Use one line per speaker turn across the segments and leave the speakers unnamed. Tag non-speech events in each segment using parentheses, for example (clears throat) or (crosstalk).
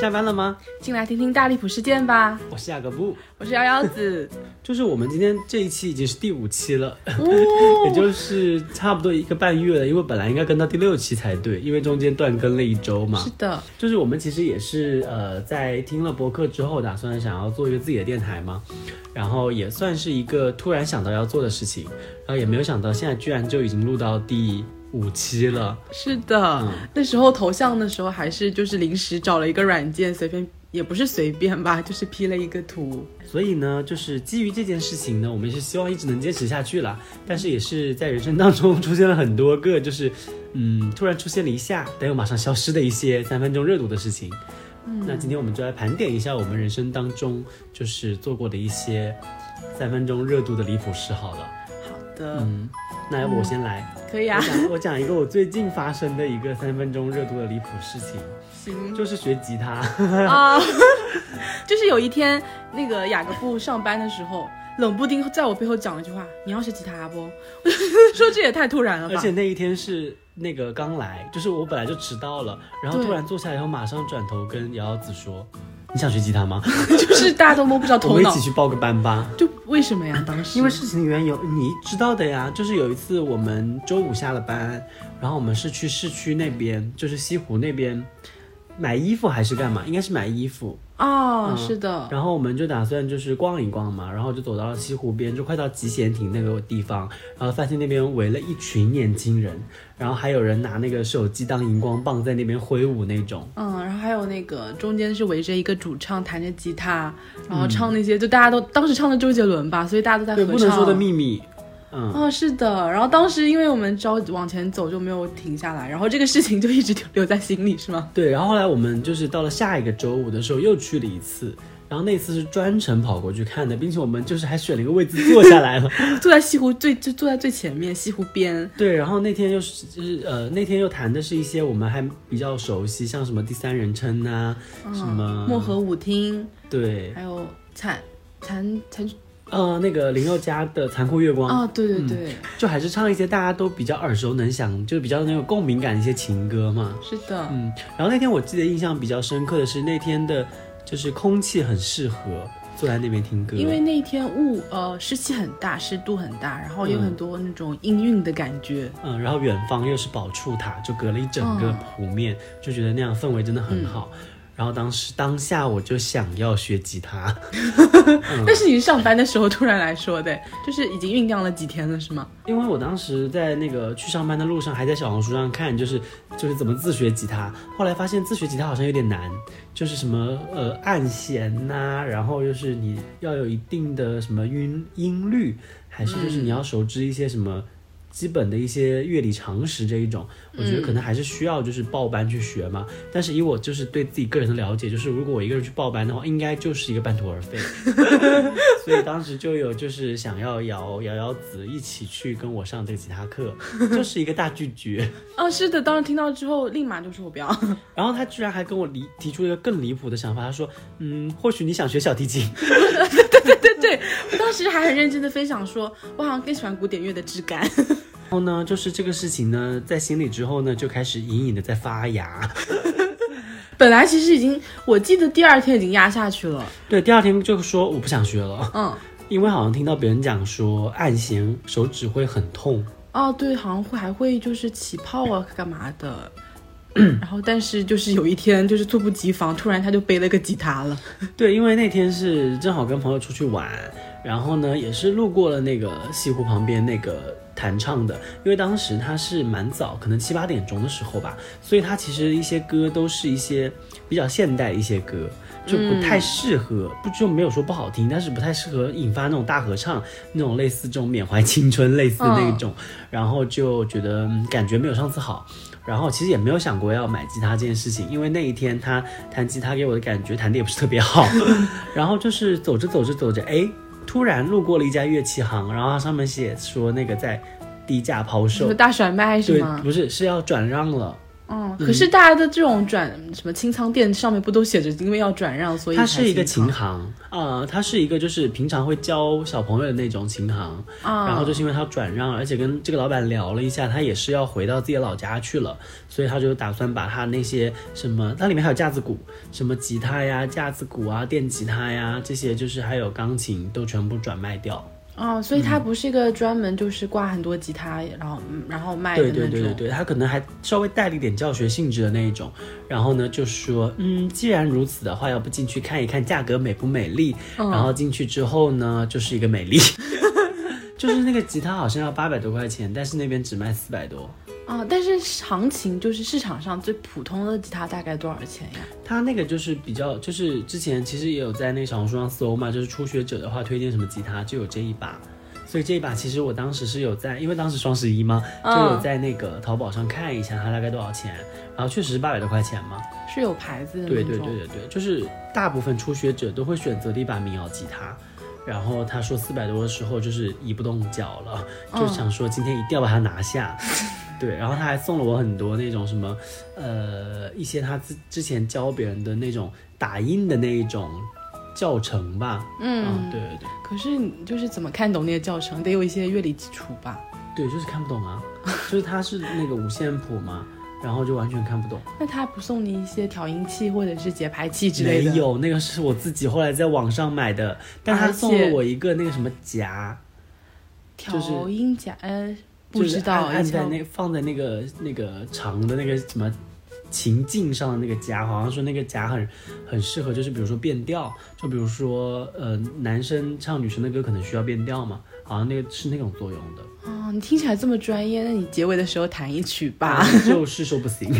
下班了吗？
进来听听大荔普事件吧。
我是雅各布，
我是幺幺 (laughs) 子，
就是我们今天这一期已经是第五期了，也
哦，
就是差不多一个半月了，因为本来应该更到第六期才对，因为中间断更了一周嘛
哦是。的，
就是我们其实也是呃，在听了博客之后，打算想要做一个自己的电台嘛，然后也算是一个突然想到要做的事情，然后也没有想到现在居然就已经录到第五期了。
是的。
嗯
那时候头像的时候还是就是临时找了一个软件，随便也不是随便吧， (laughs) 就是 P 了一个图。
所以呢，就是基于这件事情呢，我们是希望一直能坚持下去啦。但是也是在人生当中出现了很多个，就是嗯，突然出现了一下，但又马上消失的一些 (laughs) 三分钟热度的事情。嗯，那今天我们就来盘点一下我们人生当中就是做过的一些三分钟热度的离谱事好了。
好的，
嗯，那要不我先来，
可以啊
我，讲我讲一个我最近发生的一个三分钟热度的离谱事情，
行
就是学吉他。
啊。 (laughs) 就是有一天，那个雅各布上班的时候，冷不丁在我背后讲了一句话：“你要学吉他不？” (laughs) 说这也太突然了吧。
而且那一天是那个刚来，就是我本来就迟到了，然后
对
突然坐下来以后，马上转头跟瑶瑶子说：“你想学吉他吗？
就是大家都摸不着
我
(laughs) 头
们一
脑
起，去报个班吧。”
就为什么呀？当时
因为事情的缘由，你知道的呀。就是有一次我们周五下了班，然后我们是去市区那边，就是西湖那边买衣服还是干嘛？应该是买衣服。
哦，
嗯
是的，
然后我们就打算就是逛一逛嘛，然后就走到了西湖边，就快到集贤亭那个地方，然后发现那边围了一群年轻人，然后还有人拿那个手机当荧光棒在那边挥舞那种。
嗯，然后还有那个中间是围着一个主唱弹着吉他，然后唱那些、就大家都当时唱的周杰伦吧，所以大家都在合
嗯对，
唱。
不能说的秘密。嗯，
哦，是的，然后当时因为我们只要往前走就没有停下来，然后这个事情就一直留留在心里，是吗？
对。然后后来我们就是到了下一个周五的时候又去了一次，然后那次是专程跑过去看的，并且我们就是还选了一个位置坐下来了。
坐在西湖最就坐在最前面，西湖边，
对，然后那天又是就是呃，那天又谈的是一些我们还比较熟悉，像什么第三人称呐、什么
漠河舞厅，
嗯对，
还有残残残
呃，那个林宥嘉的《残酷月光》嗯
啊，对对对，
就还是唱一些大家都比较耳熟能详，就是比较能有共鸣感的一些情歌嘛。
是的，
嗯，然后那天我记得印象比较深刻的是那天的，就是空气很适合坐在那边听歌，
因为那天雾呃湿气很大，湿度很大，然后有
嗯
很多那种氤氲的感觉。
嗯，然后远方又是宝柱塔，就隔了一整
哦
个湖面，就觉得那样氛围真的很好。然后当时当下我就想要学吉他，
但是你是上班的时候突然来说的，就是已经酝酿了几天了，是吗？
因为我当时在那个去上班的路上，还在小红书上看，就是就是怎么自学吉他。后来发现自学吉他好像有点难，就是什么呃按弦呐、然后就是你要有一定的什么音音律，还是就是你要熟知一些什么基本的一些乐理常识这一种。我觉得可能还是需要就是报班去学嘛。但是以我就是对自己个人的了解，就是如果我一个人去报班的话，应该就是一个半途而废。所以当时就有就是想要瑶瑶瑶子一起去跟我上这个吉他课，就是一个大拒绝。
哦，是的，当时听到之后立马就说我不要。
然后他居然还跟我离提出了一个更离谱的想法，他说：“嗯，或许你想学小提琴。
对对， (laughs) 我当时还很认真的分享说，我好像更喜欢古典乐的质感。” (laughs)
然后呢，就是这个事情呢，在心里之后呢，就开始隐隐的在发芽。
本来其实已经，我记得第二天已经压下去了。
对，第二天就说我不想学了，
嗯，
因为好像听到别人讲说按弦手指会很痛。
哦，对，好像会还会就是起泡啊，干嘛 (clears throat) 的。然后，但是就是有一天，就是猝不及防，突然他就背了个吉他了。
(laughs) 对，因为那天是正好跟朋友出去玩，然后呢也是路过了那个西湖旁边那个弹唱的，因为当时他是蛮早，可能七八点钟的时候吧，所以他其实一些歌都是一些比较现代的一些歌，就不太适合，不就没有说不好听，但是不太适合引发那种大合唱，那种类似这种缅怀青春类似的那种，然后就觉得嗯感觉没有上次好。然后其实也没有想过要买吉他这件事情，因为那一天他弹吉他给我的感觉弹的也不是特别
(laughs)
好。然后就是走着走着走着，哎，突然路过了一家乐器行，然后它上面写说那个在低价抛
什
售
么，大甩卖是
对，
吗？
不是是要转让了。
嗯，可是大家的这种转什么清仓店上面不都写着因为要转让，所以
它
才
是一个
清
琴行，呃，它是一个就是平常会教小朋友的那种琴行，
啊，
然后就是因为他转让，而且跟这个老板聊了一下，他也是要回到自己的老家去了，所以他就打算把他那些什么，它里面还有架子鼓，什么吉他呀、架子鼓啊、电吉他呀这些，就是还有钢琴都全部转卖掉。
啊，所以
嗯
它不是一个专门就是挂很多吉他，然后嗯然后卖的
对
那种。
对对对对，他可能还稍微带了一点教学性质的那一种。然后呢，就说，嗯，既然如此的话，要不进去看一看价格美不美丽？
嗯
然后进去之后呢，就是一个美丽。 (laughs) 就是那个吉他好像要八百多块钱，但是那边只卖四百多。
啊，但是行情就是市场上最普通的吉他大概多少钱呀？
他那个就是比较，就是之前其实也有在那小红书上搜嘛，就是初学者的话推荐什么吉他就有这一把，所以这一把其实我当时是有在，因为当时双十一嘛，就
嗯
有在那个淘宝上看一下它大概多少钱，然后确实是八百多块钱嘛。
是有牌子的那
对
种。
对对对对，就是大部分初学者都会选择的一把民谣吉他。然后他说四百多的时候就是移不动脚了，就
嗯
想说今天一定要把它拿下。 (laughs) 对，然后他还送了我很多那种什么，呃，一些他之之前教别人的那种打印的那一种教程吧。
嗯，
对对对
可是你就是怎么看懂那些教程，得有一些乐理基础吧？
对，就是看不懂啊，就是他是那个五线谱嘛，然后就完全看不懂。
那他不送你一些调音器或者是节拍器之类的？
没有，那个是我自己后来在网上买的，但他
而
送了
且
我一个那个什么夹。就是
调音夹，呃，不
就是
知道，
按按在
以前
那放在那个那个长的那个什么琴颈上的那个夹，好像说那个夹很很适合，就是比如说变调，就比如说呃男生唱女生的歌可能需要变调嘛，好像那个是那种作用的。
哦，你听起来这么专业，那你结尾的时候弹一曲吧，
然后就是说不行。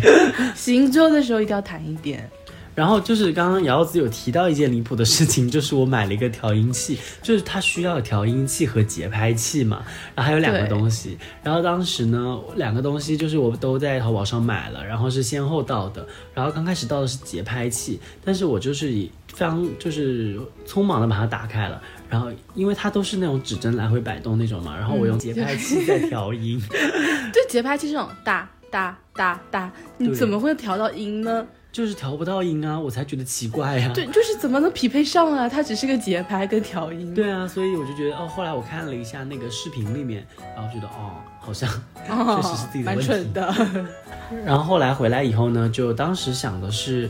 行，最后的时候一定要弹一点。
然后就是刚刚瑶子有提到一件离谱的事情，就是我买了一个调音器， (laughs) 就是它需要调音器和节拍器嘛，然后还有两个
对
东西。然后当时呢，两个东西就是我都在淘宝上买了，然后是先后到的。然后刚开始到的是节拍器，但是我就是以非常就是匆忙的把它打开了。然后，因为它都是那种指针来回摆动那种嘛，然后我用节拍器在调音， (laughs)
就节拍器这种哒哒哒哒，你
对
怎么会调到音呢？
就是调不到音啊，我才觉得奇怪呀、
对，就是怎么能匹配上啊？它只是个节拍跟调音。
对啊，所以我就觉得哦，后来我看了一下那个视频里面，然后觉得哦，好像
哦，
确实是自己的
蛮
问
蠢
题。
的。 (laughs)
然后后来回来以后呢，就当时想的是，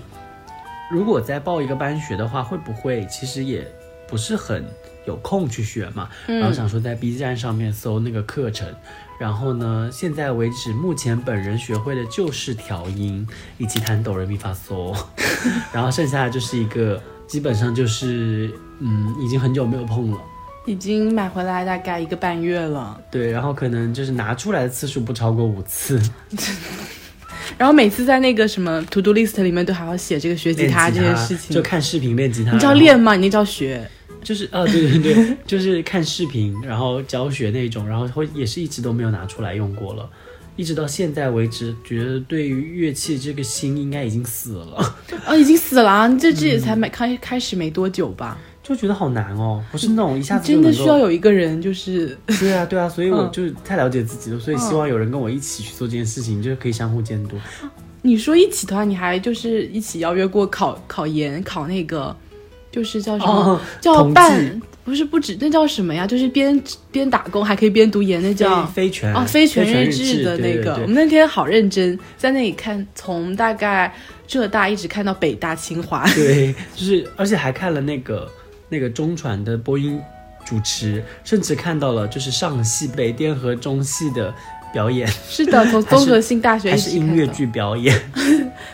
如果再报一个班学的话，会不会其实也不是很有空去学嘛？然后想说在 B 站上面搜那个课程。然后呢，现在为止，目前本人学会的就是调音以及弹哆来咪发嗦，然后剩下的就是一个基本上就是嗯，已经很久没有碰了。
已经买回来大概一个半月了，
对，然后可能就是拿出来的次数不超过五次。
然后每次在那个什么 to do list 里面都还要写这个学吉
练
他这件事情
就。看视频练吉他。
你知道
然后
练吗？你那叫学。
就是啊，对对对，就是看视频，然后教学那种，然后会也是一直都没有拿出来用过了。一直到现在为止，觉得对于乐器这个心应该已经死了， (laughs)
啊，已经死了、啊！你这这也
嗯
才买开开始没多久吧？
就觉得好难哦，不是那种一下子就
真的
能够
需要。有一个人，就是
对啊，对啊，所以我
嗯
就太了解自己了，所以希望有人跟我一起去做这件事情，就是可以相互监督。
你说一起的话，你还就是一起邀约过考考研、考那个，就是叫什么、
哦
叫
统计
办？不是不止那叫什么呀？就是边边打工还可以边读研，那叫
飞飞拳
哦非
呃全
全
日
日制的
对
那
对
个。
对
我们那天好认真，在那里看，从大概浙大一直看到北大、清华。
(laughs)
(laughs)
对，就是而且还看了那个那个中传的播音主持，甚至看到了就是上戏北电和中戏的表演，
是的，
还是
从综合性大学
还
一
是
直看
音乐
到。
剧表演。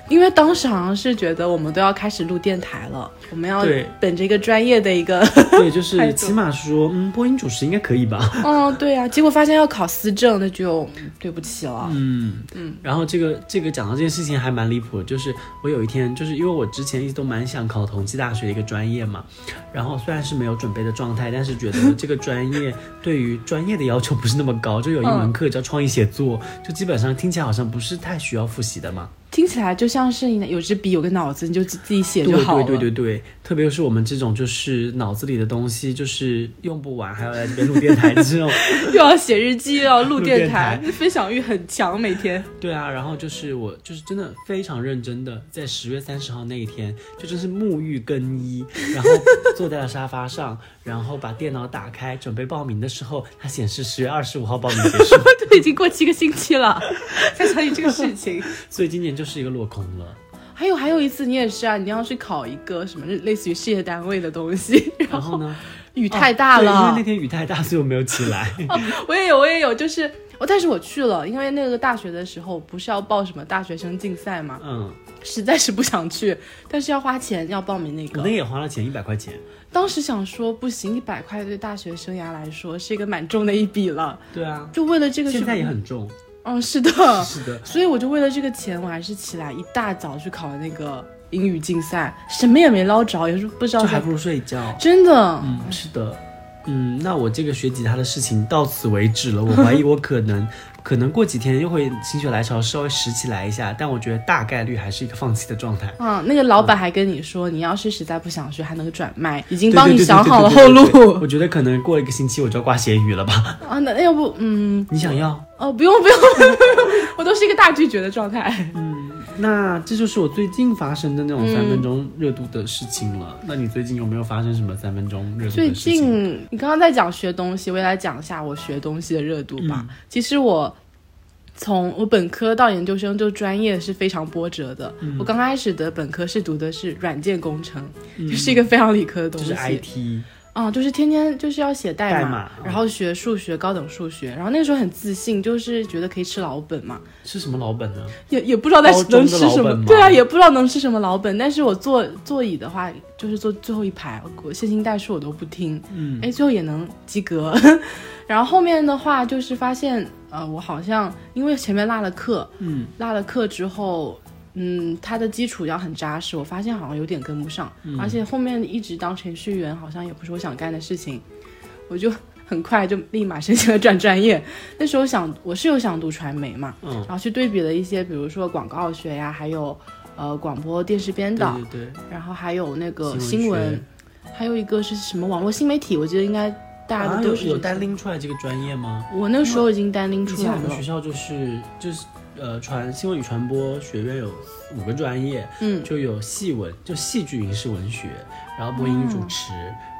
因为当时好像是觉得我们都要开始录电台了，我们要
对
本着一个专业的一
(laughs)
个，
对，就是
太多
起码说，嗯，播音主持应该可以吧？
嗯，对啊，结果发现要考思政，那就嗯对不起了。
嗯嗯。然后这个这个讲到这件事情还蛮离谱的，就是我有一天，就是因为我之前一直都蛮想考同济大学的一个专业嘛，然后虽然是没有准备的状态，但是觉得这个专业 (laughs) 对于专业的要求不是那么高，就有一门课叫创意写作，就基本上听起来好像不是太需要复习的嘛。
听起来就像是你有支笔有个脑子，你就自自己写就好了。
对对对对对，特别是我们这种就是脑子里的东西就是用不完，还要来这边录电台这种。
(laughs) 又要写日记，又要录
录电
电台，
台
分享欲很强，每天。 (laughs)
对啊，然后就是我就是真的非常认真的，在十月三十号那一天，就真是沐浴更衣，然后坐在了沙发上，然后把电脑打开准备报名的时候，它显示十月二十五号报名结束， (laughs)
都已经过七个星期了， (laughs) 才想起这个事情。 (laughs)
所以今年就是一个落空了。
还有还有一次你也是啊，你要去考一个什么类似于事业单位的东西， (laughs)
然后呢？
雨太大了。
哦对因为那天雨太大，所以我没有起来。
(laughs) 我也有，我也有，就是我，但是我去了，因为那个大学的时候不是要报什么大学生竞赛嘛，
嗯，
实在是不想去，但是要花钱要报名那
我
个
那。也花了钱一百块钱。
当时想说不行，一百块对大学生涯来说是一个蛮重的一笔了，
对啊，
就为了这个去
现在也很重。
嗯，是的，
是的，
所以我就为了这个钱，我还是起来一大早去考那个英语竞赛，什么也没捞着，也是不知道
就
在
还不如睡觉。
真的。
嗯，是的。嗯，那我这个学吉他的事情到此为止了。我怀疑我可能，可能过几天又会心血来潮稍微拾起来一下，但我觉得大概率还是一个放弃的状态。
嗯，那个老板还跟你说，你要是实在不想去，还能转卖，已
已
经帮你想好了后路
我觉得可能过一个星期我就要挂咸鱼了吧？
(laughs) 啊。那那要不，嗯，
你想要？
哦，不用不用， (laughs) 我都是一个大拒绝的状态。
那这就是我最近发生的那种
嗯
三分钟热度的事情了。那你最近有没有发生什么三分钟热度
最
的事情？
近你刚刚在讲学东西，我也来讲一下我学东西的热度
嗯
吧。其实我从我本科到研究生，就专业是非常波折的。
嗯
我刚开始的本科是读的是软件工程，就是一个非常理科的东
嗯就
西。
是 IT，
啊、就是天天就是要写代码，
代码嗯
然后学数学、高等数学，然后那时候很自信，就是觉得可以吃老本嘛，
是什么老本呢？
也也不知道在
高中
能
的
吃
老
什
本
么
吗，
对啊，也不知道能吃什么老本。但是我坐座椅的话，就是坐最后一排，我线性代数我都不听，
嗯，
哎，最后也能及格。 (laughs) 然后后面的话就是发现，呃，我好像因为前面落了课，
嗯，
落了课之后，嗯，它的基础要很扎实，我发现好像有点跟不上，
嗯
而且后面一直当程序员好像也不是我想干的事情，我就很快就立马申请了转专业。那时候想我是有想读传媒嘛，
嗯
然后去对比了一些，比如说广告学呀，还有呃广播电视编
对
导，
对对，
然后还有那个
新
新
闻
闻，
学
还有一个是什么网络新媒体，我记得应该大家
啊
都
有
是、
有单。拎出来这个专业吗？
我那时候已经单拎
以
出
前
来
我们
了
学，校就是就是呃传新闻与传播学院有五个专业，
嗯，
就有戏文，就戏剧影视文学，然后播音与
嗯
主持，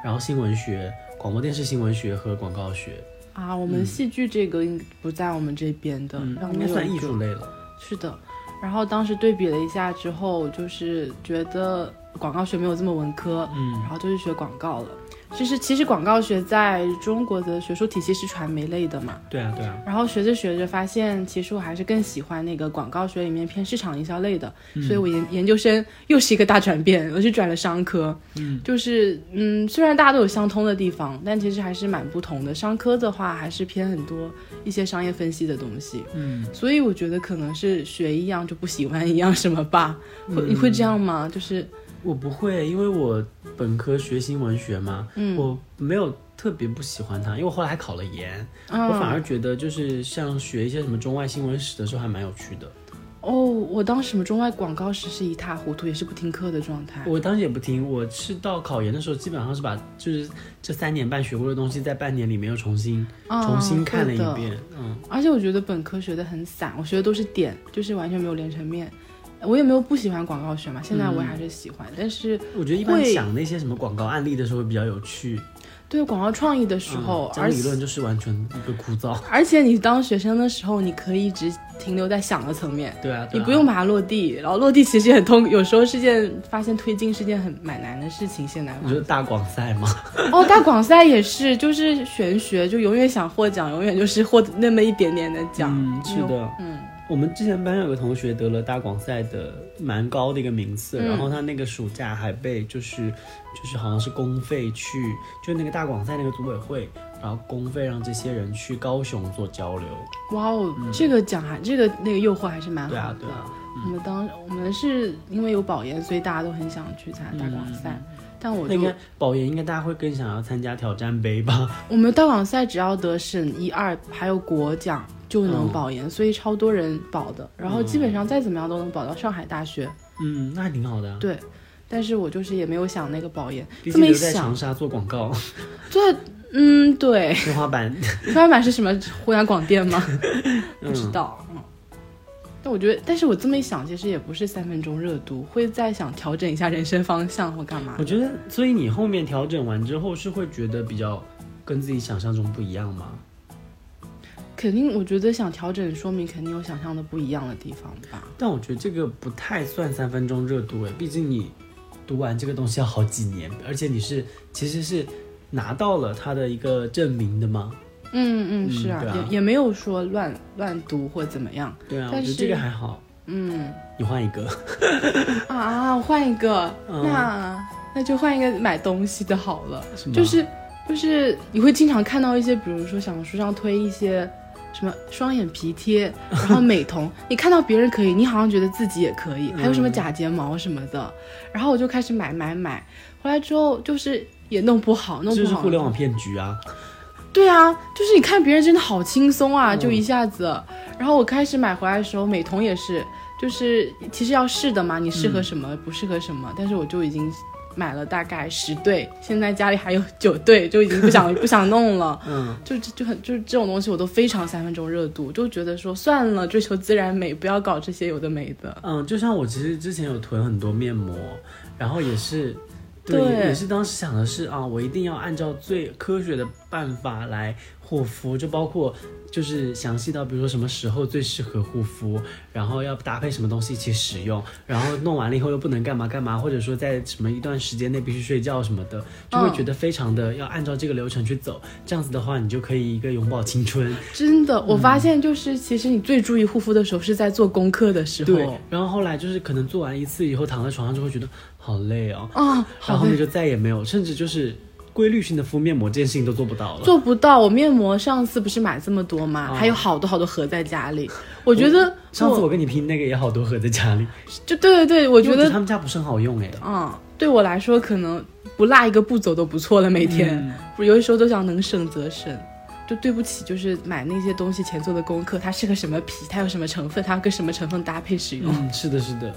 然后新闻学、广播电视新闻学和广告学，
啊，我们戏剧这个应不在我们这边的，
嗯
让，我
应该
们有
算艺
一个
术类了。
是的，然后当时对比了一下之后，就是觉得广告学没有这么文科，
嗯
然后就去学广告了。就是其实广告学在中国的学术体系是传媒类的嘛，
对啊对啊，
然后学着学着发现，其实我还是更喜欢那个广告学里面偏市场营销类的，
嗯
所以我研研究生又是一个大转变，我去转了商科。
嗯，
就是嗯，虽然大家都有相通的地方，但其实还是蛮不同的。商科的话，还是偏很多一些商业分析的东西。
嗯，
所以我觉得可能是学一样就不喜欢一样什么吧，
嗯
会、你会这样吗？就是
我不会，因为我本科学新闻学嘛，
嗯
我没有特别不喜欢它，因为我后来还考了研，
啊，
我反而觉得就是像学一些什么中外新闻史的时候还蛮有趣的。
哦，我当时什么中外广告时是一塌糊涂，也是不听课的状态。
我当时也不听，我是到考研的时候，基本上是把就是这三年半学过的东西，在半年里面又重新、
啊
重新看了
会的
一遍。嗯，
而且我觉得本科学的很散，我学的都是点，就是完全没有连成面。我也没有不喜欢广告学嘛，现
嗯
在我也还是喜欢，但是
我觉得一般
会
讲那些什么广告案例的时候会比较有趣，
对广告创意的时候
嗯，讲
而
理
且
论就是完全一个枯燥。
而且你当学生的时候，你可以一直停留在想的层面，
对啊，对
你
啊
不用把它落地，然后落地其实也很痛苦，有时候是件发现推进是件很蛮难的事
(laughs)
情。现在
你觉得大广赛吗？
哦，大广赛也是，就是玄学，就永远想获奖，永远就是获那么一点点的奖。
嗯，是的，
嗯，
我们之前班上有个同学得了大广赛的蛮高的一个名次，
嗯
然后他那个暑假还被就是就是好像是公费去，就那个大广赛那个组委会，然后公费让这些人去高雄做交流。
哇哦，这个奖还这个那个诱惑还是蛮好
对
的。
啊，对啊。
我们当我们是因为有保研，所以大家都很想去参加大广赛。但我
嗯那应
就
该保研应该大家会更
(laughs)
想要参加挑战杯吧？
我们大广赛只要得省一二，还有国奖，就能
嗯
保研，所以超多人保的。然后基本上再怎么样都能保到上海大学。
嗯，那还挺好的啊。
对但是我就是也没有想那个保研，
毕
这
竟
么一
留在
想
长，沙做广告，
这嗯对，
天花
(laughs)
板。
天花板是什么？湖南广
(laughs)
电吗？不知
嗯
道，嗯。但我觉得，但是我这么一想，其实也不是三分钟热度，会再想调整一下人生方向或干嘛
我。觉得，所以你后面调整完之后，是会觉得比较跟自己想象中不一样吗？
肯定，我觉得想调整，说明肯定有想象的不一样的地方吧。
但我觉得这个不太算三分钟热度诶，毕竟你读完这个东西要好几年，而且你是其实是拿到了他的一个证明的嘛。
嗯
嗯
嗯，是啊，
对啊
也也没有说乱乱读或怎么样。
对啊，我
但
觉
是
得这个还好。
嗯
你换一个，
啊，我换一个，
嗯
那那就换一个买东西的好了。
吗
就是就是你会经常看到一些，比如说小红书上推一些什么双眼皮 (laughs) 贴，然后美瞳，你看到别人可以，你好像觉得自己也可以，还有什么假睫毛什么的，然后我就开始买买买，回来之后就是也弄不好，弄
这
不
是
好，
互联网骗局啊。
对啊，就是你看别人真的好轻松啊，
嗯
就一下子。然后我开始买回来的时候，美瞳也是，就是其实要试的嘛，你适
嗯
合什么、不适合什么，但是我就已经买了大概十对，现在家里还有九对， (laughs) 就已经不
(laughs)
想不想弄了。
嗯，
就就就很就是这种东西，我都非常三分钟热度，就觉得说算了，追求自然美，不要搞这些有的没的。
嗯，就像我其实之前有囤很多面膜，然后也是，对，
对
也是当时想的是啊，我一定要按照最科学的办法来护肤，就包括就是详细到比如说什么时候最适合护肤，然后要搭配什么东西一起使用，然后弄完了以后又不能干嘛干嘛，或者说在什么一段时间内必须睡觉什么的，就会
嗯
觉得非常的要按照这个流程去走，这样子的话你就可以一个永葆青春，
真的，我
嗯
发现就是其实你最注意护肤的时候是在做功课的时
对
候，
然后后来就是可能做完一次以后，躺在床上就会觉得好累哦，
啊，
然
好
后
累
你就再也没有，甚至就是规律性的敷面膜这件事情都做不到了。
做不到。我面膜上次不是买这么多嘛，
哦
还有好多好多盒在家里。我觉得
上次
我
我跟你拼那个也好多盒在家里，
就对对对，我
因为
觉
我
得
他们家不是很好用哎。
嗯，对我来说可能不落一个步走都不错了。每
嗯
天、我有的时候都想能省则省。就对不起，就是买那些东西前做的功课，它是个什么皮，它有什么成分，它要跟什么成分搭配使用。
嗯，是的，是的。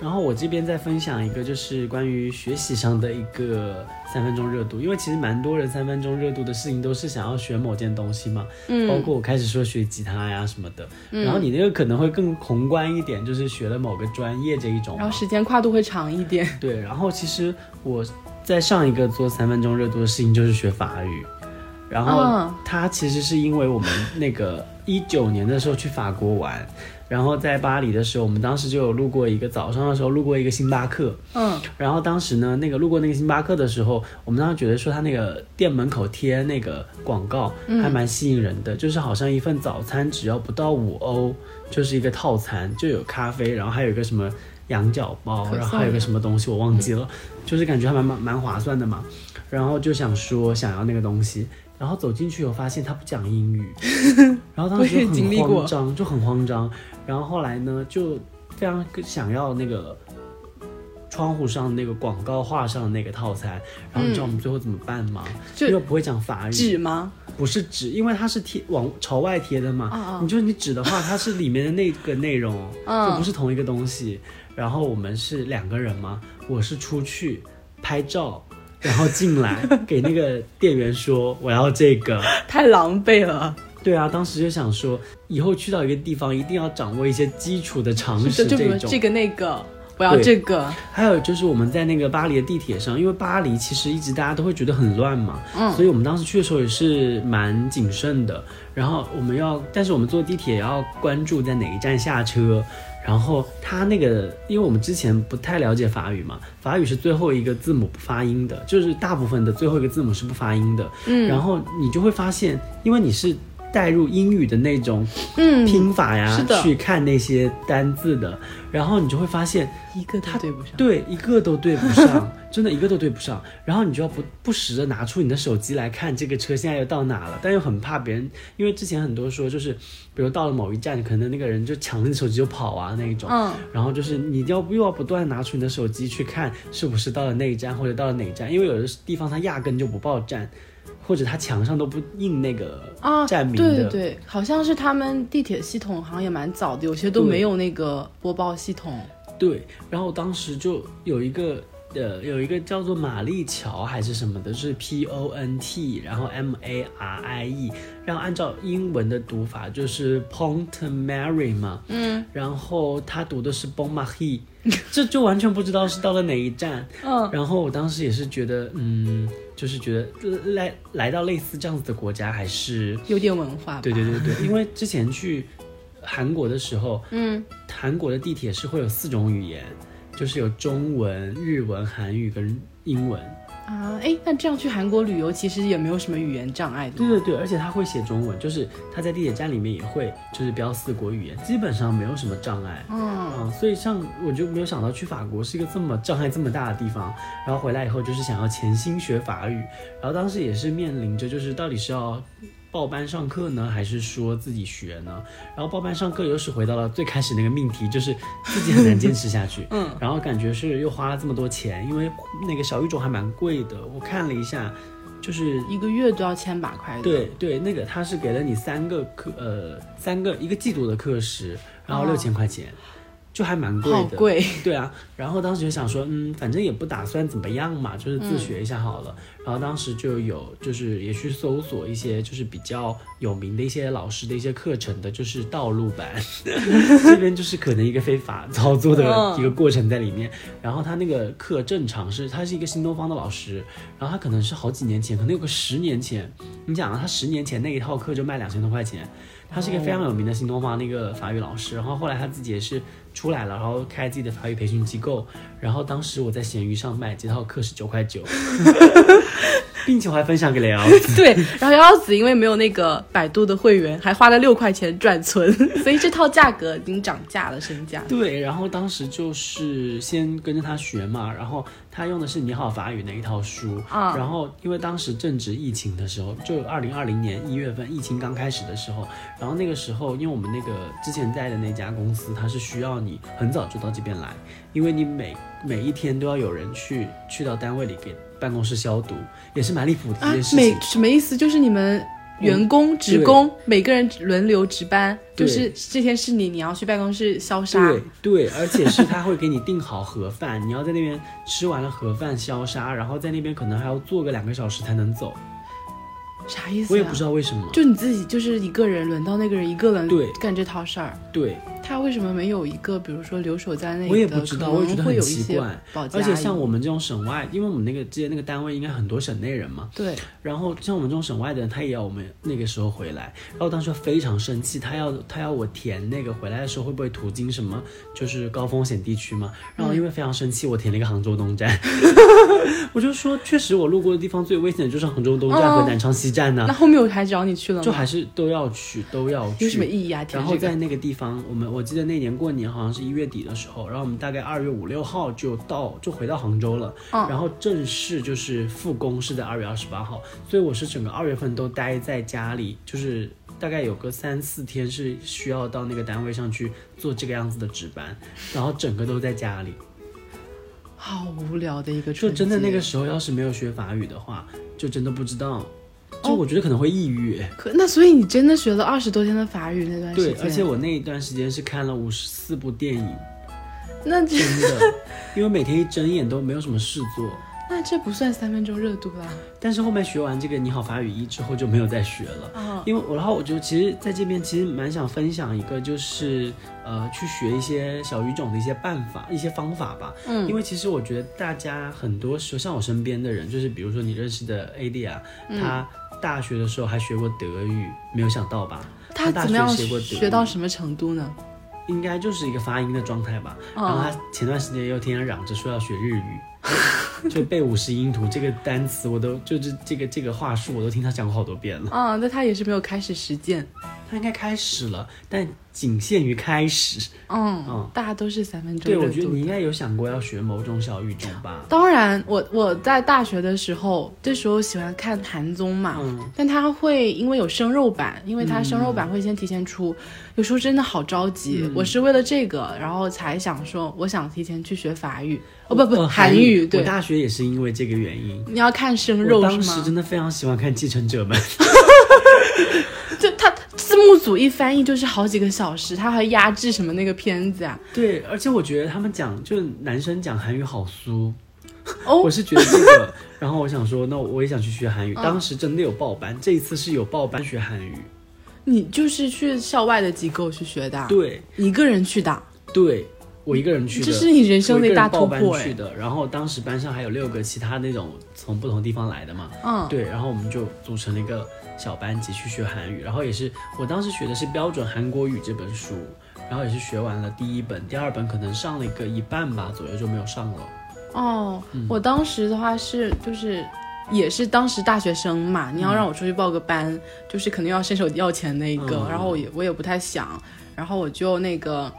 然后我这边再分享一个，就是关于学习上的一个三分钟热度，因为其实蛮多人三分钟热度的事情都是想要学某件东西嘛，
嗯，
包括我开始说学吉他呀什么的。
嗯
哦然后你那个可能会更宏观一点，就是学了某个专业这一种嘛。
然后时间跨度会长一点。
对，然后其实我在上一个做三分钟热度的事情就是学法语，然后
嗯
它其实是因为我们那个一九年的时候去法国玩，然后在巴黎的时候，我们当时就有路过一个早上的时候路过一个星巴克，
嗯
然后当时呢那个路过那个星巴克的时候，我们当时觉得说它那个店门口贴那个广告
嗯
还蛮吸引人的，就是好像一份早餐只要不到五欧，就是一个套餐，就有咖啡，然后还有一个什么羊角包，
可颂
然后还有个什么东西我忘记了，就是感觉还蛮蛮蛮划算的嘛。然后就想说想要那个东西，然后走进去以后发现他不讲英
(laughs)
语，然后当时
我也
就
经历
很
过
慌张，就很慌张。然后后来呢，就非常想要那个窗户上那个广告画上的那个套餐，然后你知道我们最后怎么办吗？
嗯就
因为不会讲法语，
纸吗？
不是纸，因为它是贴往朝外贴的嘛。
啊啊
你就是你纸的话，它是里面的那个内容，
(laughs) 嗯
就不是同一个东西。然后我们是两个人嘛，我是出去拍照，然后进来给那个店员说我要这个。 (laughs)
太狼狈了，
对啊，当时就想说，以后去到一个地方一定要掌握一些基础的常识
就就比
这
如
种。
这个那个，我要
对
这个。
还有就是我们在那个巴黎的地铁上，因为巴黎其实一直大家都会觉得很乱嘛，
嗯
所以我们当时去的时候也是蛮谨慎的。然后我们要，但是我们坐地铁也要关注在哪一站下车。然后他那个，因为我们之前不太了解法语嘛，法语是最后一个字母不发音的，就是大部分的最后一个字母是不发音的。
嗯
然后你就会发现，因为你是带入英语的那种
嗯，
拼法呀，
是的
去看那些单字的，然后你就会发现。
一个他对不上。
对，一个都对不
(laughs)
上，真的一个都对不上。然后你就要不不时的拿出你的手机来看这个车现在又到哪了，但又很怕别人，因为之前很多说就是，比如到了某一站，可能那个人就抢了你手机就跑啊那一种。
嗯，
然后就是你要又要不断地拿出你的手机去看是不是到了那一站或者到了哪一站，因为有的地方它压根就不报站，或者它墙上都不印那个
啊，
站名
对对
的，
对，好像是他们地铁系统好像也蛮早的，有些都
对
没有那个播报系统。
对，然后当时就有一个呃，有一个叫做玛丽桥还是什么的，是 P O N T，然后 M A R I E，然后按照英文的读法就是 Pont Mary 嘛，嗯，然后他读的是 b o n m a h i (laughs) 这就完全不知道是到了哪一站。
嗯，
然后我当时也是觉得，嗯，就是觉得呃来来到类似这样子的国家还是
有点文化吧。
对对对对，因为之前去韩国的时候，
嗯，
韩国的地铁是会有四种语言，就是有中文、日文、韩语跟英文。
啊，哎，那这样去韩国旅游其实也没有什么语言障碍的。
对对对，而且他会写中文，就是他在地铁站里面也会就是标四国语言，基本上没有什么障碍。
嗯，
嗯，所以像我就没有想到去法国是一个这么障碍这么大的地方，然后回来以后就是想要潜心学法语，然后当时也是面临着就是到底是要报班上课呢，还是说自己学呢？然后报班上课又是回到了最开始那个命题，就是自己很难坚持下去，嗯，然后感觉是又花了这么多钱，因为那个小语种还蛮贵的，我看了一下，就是
一个月都要千把块的。
对对，那个他是给了你三个课，呃，三个一个季度的课时，然后
哦
六千块钱，就还蛮贵
好
的。
贵。
对啊，然后当时就想说，嗯，反正也不打算怎么样嘛，就是
嗯
自学一下好了。然后当时就有，就是也去搜索一些就是比较有名的一些老师的一些课程的，就是道路版， (laughs) 这边就是可能一个非法操作的
嗯
一个过程在里面。然后他那个课正常是，他是一个新东方的老师，然后他可能是好几年前，可能有个十年前，你想啊，他十年前那一套课就卖两千多块钱，他是一个非常有名的新东方那个法语老师，然后后来他自己也是出来了，然后开自己的法语培训机构，然后当时我在闲鱼上卖这套课是九块九， (laughs) 并且我还分享给了瑶子，
对，然后瑶子因为没有那个百度的会员，还花了六块钱
(laughs)
转存，所以这套价格已经涨价了，身价。
对，然后当时就是先跟着他学嘛，然后他用的是《你好法语》那一套书，
啊
然后因为当时正值疫情的时候，就二零二零年一月份疫情刚开始的时候，然后那个时候因为我们那个之前在的那家公司，它是需要你很早就到这边来，因为你每每一天都要有人去去到单位里给办公室消毒，也是蛮离谱的一
啊
件，事情。
每什么意思？就是你们员工、职工每个人轮流值班，
对
就是这天是你，你要去办公室消杀。
对对，而且是他会给你订好盒饭，你要在那边吃完了盒饭消杀，然后在那边可能还要坐个两个小时才能走，
啥意思、啊？
我也不知道为什么。
就你自己就是一个人轮到那个人一个人
对
干这套事儿，
对，
他为什么没有一个比如说留守在那里的？
我也不知道
可能
我也觉得很
会有一
奇
些
怪
保洁
而
阿姨。
且像我们这种省外，因为我们那个之前那个单位应该很多省内人嘛，
对，
然后像我们这种省外的人，他也要我们那个时候回来，然后当时非常生气，他要他要我填那个回来的时候会不会途经什么就是高风险地区嘛，然后因为非常生气，我填了一个杭州东站， (laughs) 我就说确实我路过的地方最危险的就是杭州东站和
哦
南昌西站呐、
那后面我还找你去了
啊就
吗？
还是都要去都要去，
有什么意义啊？
然
填
后
这
在
个
那个地方，我们我记得那年过年好像是一月底的时候，然后我们大概二月五六号就到就回到杭州了，
嗯
然后正式就是复工是在二月二十八号，所以我是整个二月份都待在家里，就是大概有个三四天是需要到那个单位上去做这个样子的值班，然后整个都在家里。
好无聊的一个
就
春节，
真的那个时候要是没有学法语的话，就真的不知道，就
哦
我觉得可能会抑郁。
可那所以你真的学了二十多天的法语那段时
对
间，，
而且我那一段时间是看了五十四部电影。 (laughs)
那这
真的，因为每天一睁眼都没有什么事做。
那这不算三分钟热度啦。
但是后面学完这个你好法语一之后就没有再学了，
啊，
因为我然后我就其实在这边其实蛮想分享一个就是呃去学一些小语种的一些办法一些方法吧，
嗯
因为其实我觉得大家很多时候像我身边的人就是比如说你认识的 AD 啊，
嗯
他大学的时候还学过德语，没有想到吧？
他
大
怎么样
学学过德
学
语
到什么程度呢？
应该就是一个发音的状态吧。然后他前段时间又天天嚷着说要学日语， (laughs) 就背五十音图这个单词，我都就是这个这个话术，我都听他讲过好多遍了。
啊，那他也是没有开始实践。
他应该开始了，但仅限于开始。
嗯，
嗯
大家都是三分钟
对，
热度。
我觉得你应该有想过要学某种小语种吧？
当然，我我在大学的时候，这时候喜欢看韩综嘛，
嗯
但他会因为有生肉版，因为他生肉版会先提前出，有时候真的好着急。
嗯
我是为了这个，然后才想说，我想提前去学法语，哦不不，
呃
韩语，对
我，大学学也是因为这个原因。
你要看生
我
肉
当
是
时
吗？
真的非常喜欢看《继承者们》， (laughs)
就他字幕组一翻译就是好几个小时，他还压制什么那个片子啊？
对，而且我觉得他们讲，就男生讲韩语好酥，
哦
我是觉得这个，然后我想说，那我也想去学韩
嗯
语。当时真的有报班，这一次是有报班学韩语。
你就是去校外的机构去学的啊，
对
你一个人去的啊，
对，我一个人去嗯的，
这是你人生
我一
的一
个
大
人报
突
班
破
去
哎。
的。然后当时班上还有六个其他那种从不同地方来的嘛，
嗯，
对，然后我们就组成了一个小班级去学韩语，然后也是我当时学的是《标准韩国语》这本书，然后也是学完了第一本，第二本可能上了一个一半吧左右就没有上了。
哦，
嗯
我当时的话是就是。也是当时大学生嘛，
嗯
你要让我出去报个班，就是肯定要伸手要钱那一个。
嗯
然后我也我也不太想，然后我就那个，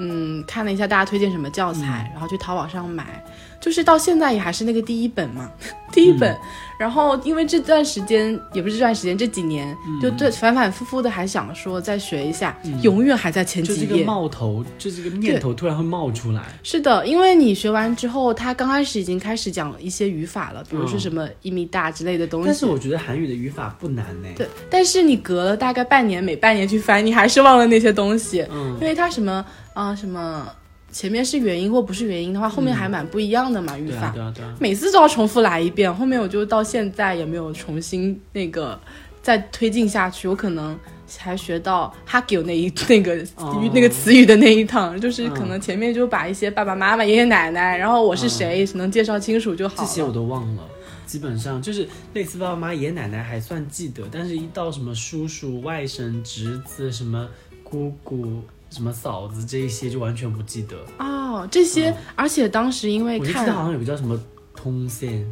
嗯，看了一下大家推荐什么教
嗯
材，然后去淘宝上买，就是到现在也还是那个第一本嘛， (laughs) 第一本。
嗯
然后因为这段时间也不是这段时间，这几年、就
嗯
对反反复复的还想说再学一下，永远还在前
就
几
这个
页。
冒头，就这个念头突然会冒出来。
是的，因为你学完之后，他刚开始已经开始讲一些语法了，比如说什么一米大之类的东西。
嗯但是我觉得韩语的语法不难欸呢、
对，但是你隔了大概半年，每半年去翻，你还是忘了那些东西，
嗯
因为它什么啊、什么前面是元音或不是元音的话，后面还蛮不一样的嘛、语
嗯对
法
啊，。对啊，对啊。
每次都要重复来一遍，后面我就到现在也没有重新那个再推进下去，我可能才学到 h a g i 那一 (laughs) 那个语、
哦
那个词语的那一趟，就是可
嗯
能前面就把一些爸爸妈妈、爷爷奶奶，然后我是
嗯
谁、能介绍清楚就好
这些
了。
我都忘了，基本上就是类似爸爸妈妈、爷爷奶奶还算记得，但是一到什么叔叔、外甥、侄子、什么姑姑、什么嫂子这一些就完全不记得。
哦，这些，而且当时因为
嗯我就记
看
得好像有个叫什么通线，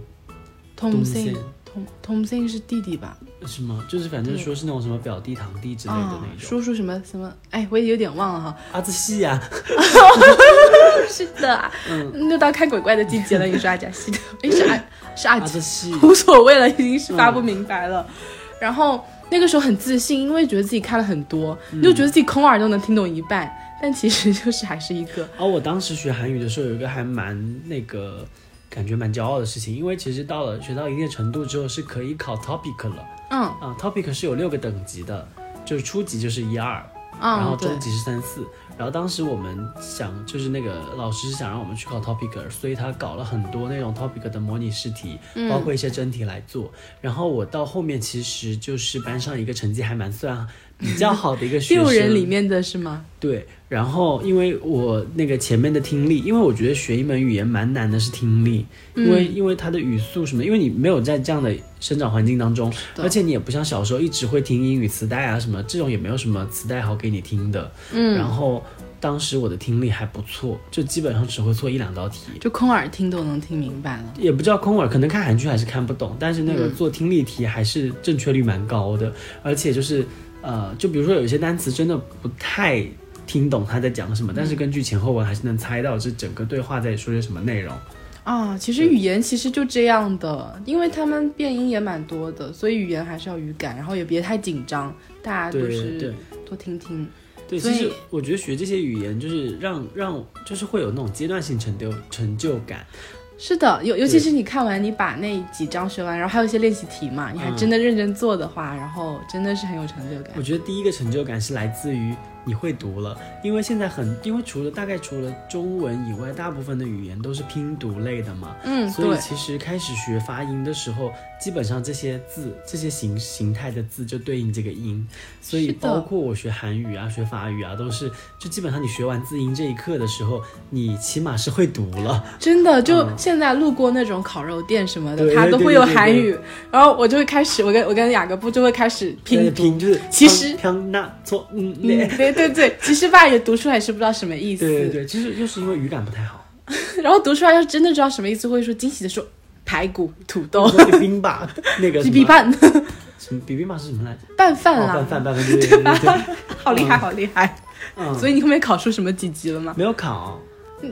通
信
信，通通信是弟弟吧？
什么，就是反正说是那种什么表弟、堂弟之类的
啊
那种。
叔叔什么什么，哎，我也有点忘
(laughs)
了哈。
阿兹西啊呀，
是的，嗯，就到看鬼怪的季节了，你说阿加西的，哎，是阿是阿
阿兹西，
(laughs) 无所谓了，已经是发不明白了。然后那个时候很自信，因为觉得自己看了很多，你就觉得自己空耳都能听懂一半，但其实就是还是一 (laughs) 个
而啊我当时学韩语的时候，有一个还蛮那个，感觉蛮骄傲的事情，因为其实到了学到一定程度之后，是可以考 topic 了
嗯
啊、t o p i c 是有六个等级的，就是初级就是一二，然后
嗯对
中级是三四。然后当时我们想，就是那个老师是想让我们去考 topic，所以他搞了很多那种 topic 的模拟试题，包
嗯
括一些真题来做。然后我到后面其实就是班上一个成绩还蛮算比较好的一个学生，
(laughs) 六人里面的是吗？
对，然后因为我那个前面的听力，因为我觉得学一门语言蛮难的是听力，因为、因为它的语速什么，因为你没有在这样的生长环境当中，
的
而且你也不像小时候一直会听英语磁带啊什么，这种也没有什么磁带好给你听的。嗯，然后当时我的听力还不错，就基本上只会错一两道题。
就空耳听都能听明白了。
也不知道空耳，可能看韩剧还是看不懂，但是那个
嗯
做听力题还是正确率蛮高的，而且就是呃，就比如说有一些单词真的不太听懂他在讲什么，但是根据前后文还是能猜到这整个对话在说些什么内容。
啊，其实语言其实就这样的，因为他们变音也蛮多的，所以语言还是要语感，然后也别太紧张，大家就
对对
是多听听。
对，
所
其
以
实我觉得学这些语言就是让让就是会有那种阶段性成就成就感。
是的，尤尤其
对
是你看完你把那几章学完，然后还有一些练习题嘛，你还真的认真做的话，然后真的是很有成就感
我。觉得第一个成就感是来自于你会读了，因为现在很因为除了大概除了中文以外，大部分的语言都是拼读类的嘛。
嗯，
所
对
以，其实开始学发音的时候，基本上这些字、这些形形态的字就对应这个音，所以
是的
包括我学韩语啊、学法语啊，都是就基本上你学完字音这一课的时候，你起码是会读了。
真的就现在路过那种烤肉店什么的，
对
它
对
都
对
会有
嗯对对
韩语，然后我就会开始，我跟我跟雅各布就会开始
对
(laughs) 拼读。
拼就是
其实
康那错嗯
嗯
那，，
对对对，其实吧也读出来是不知道什么意
对对
思，
对，其实又是因为语感不太好，
然后读出来要真的知道什么意思，会说惊喜的说排骨、土豆、
说个冰
(laughs)
吧，那个
哦比
什
比
么
拌
什么比比吧是什么来着？
拌饭
哦
啦，
拌饭拌饭对对对对对，
好厉害，好厉害！
嗯，
所以你后面考出什么几级了吗？嗯
没有考，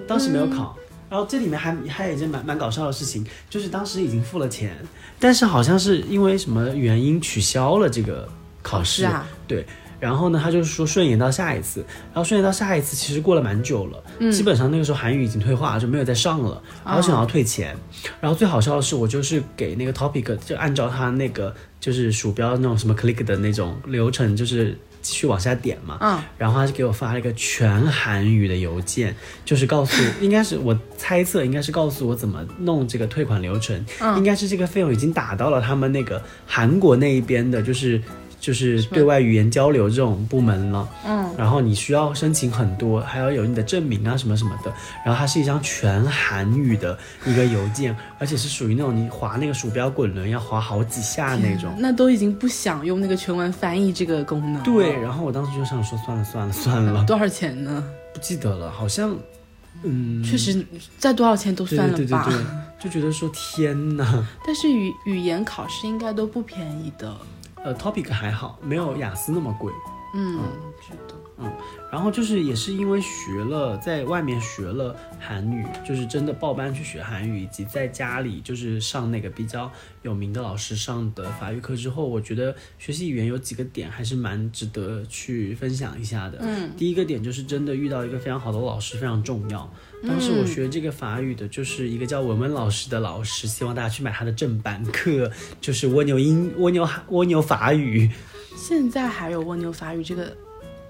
当时没有考。然后这里面还还有一件蛮蛮搞笑的事情，就是当时已经付了钱，但是好像是因为什么原因取消了这个考试。
啊，
对，然后呢，他就是说顺延到下一次，然后顺延到下一次，其实过了蛮久了，
嗯
基本上那个时候韩语已经退化了，就没有再上
哦
了，然后想要退钱。然后最好笑的是，我就是给那个 topic 就按照他那个就是鼠标那种什么 click 的那种流程，就是。继续往下点嘛，
嗯，
然后他就给我发了一个全韩语的邮件，就是告诉，应该是我猜测，应该是告诉我怎么弄这个退款流程，应该是这个费用已经打到了他们那个韩国那一边的，就是就是对外语言交流这种部门了。嗯，然后你需要申请很多，还要有你的证明啊什么什么的。然后它是一张全韩语的一个邮件，而且是属于那种你划那个鼠标滚轮要划好几下那种。
那都已经不想用那个全文翻译这个功能了。
对，然后我当时就想说算了算了算了，
多少钱呢？
不记得了，好像嗯，
确实，再多少钱都
对
算
对
了吧。
对对对，就觉得说天呐，
但是语语言考试应该都不便宜的。
呃，topic 还好，没有雅思那么贵。
嗯，觉得
然后就是也是因为学了，在外面学了韩语，就是真的报班去学韩语，以及在家里就是上那个比较有名的老师上的法语课之后，我觉得学习语言有几个点还是蛮值得去分享一下的。嗯，第一个点就是真的遇到一个非常好的老师非常重要。当时我学这个法语的，就是一个叫文文老师的老师，希望大家去买他的正版课，就是蜗牛英、蜗牛蜗牛法语。
现在还有蜗牛法语这个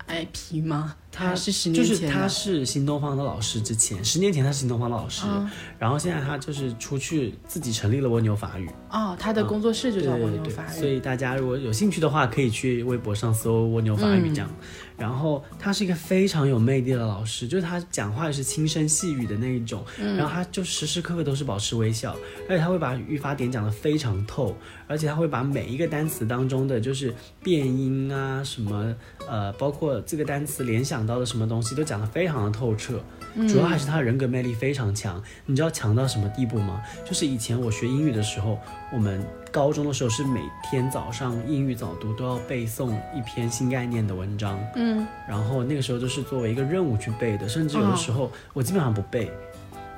IP 吗？
他
还是十
就
年
是
前
他
的。
是新东方的老师，之前十年前他是新东方的老师，
啊
然后现在他就是出去自己成立了蜗牛法语，
哦，他的工作室就
对
叫蜗
对
牛
嗯对
法，
所
语。
以大家如果有兴趣的话，可以去微博上搜蜗牛法语这样。然后他是一个非常有魅力的老师，就是他讲话也是轻声细语的那一种，
嗯
然后他就时时刻刻都是保持微笑，而且他会把语法点讲得非常透，而且他会把每一个单词当中的就是变音啊什么，呃，包括这个单词联想到的什么东西都讲得非常的透彻。
嗯
主要还是他的人格魅力非常强，你知道强到什么地步吗？就是以前我学英语的时候，我们高中的时候是每天早上英语早读都要背诵一篇新概念的文章，
嗯，
然后那个时候就是作为一个任务去背的，甚至有的时候我基本上不背，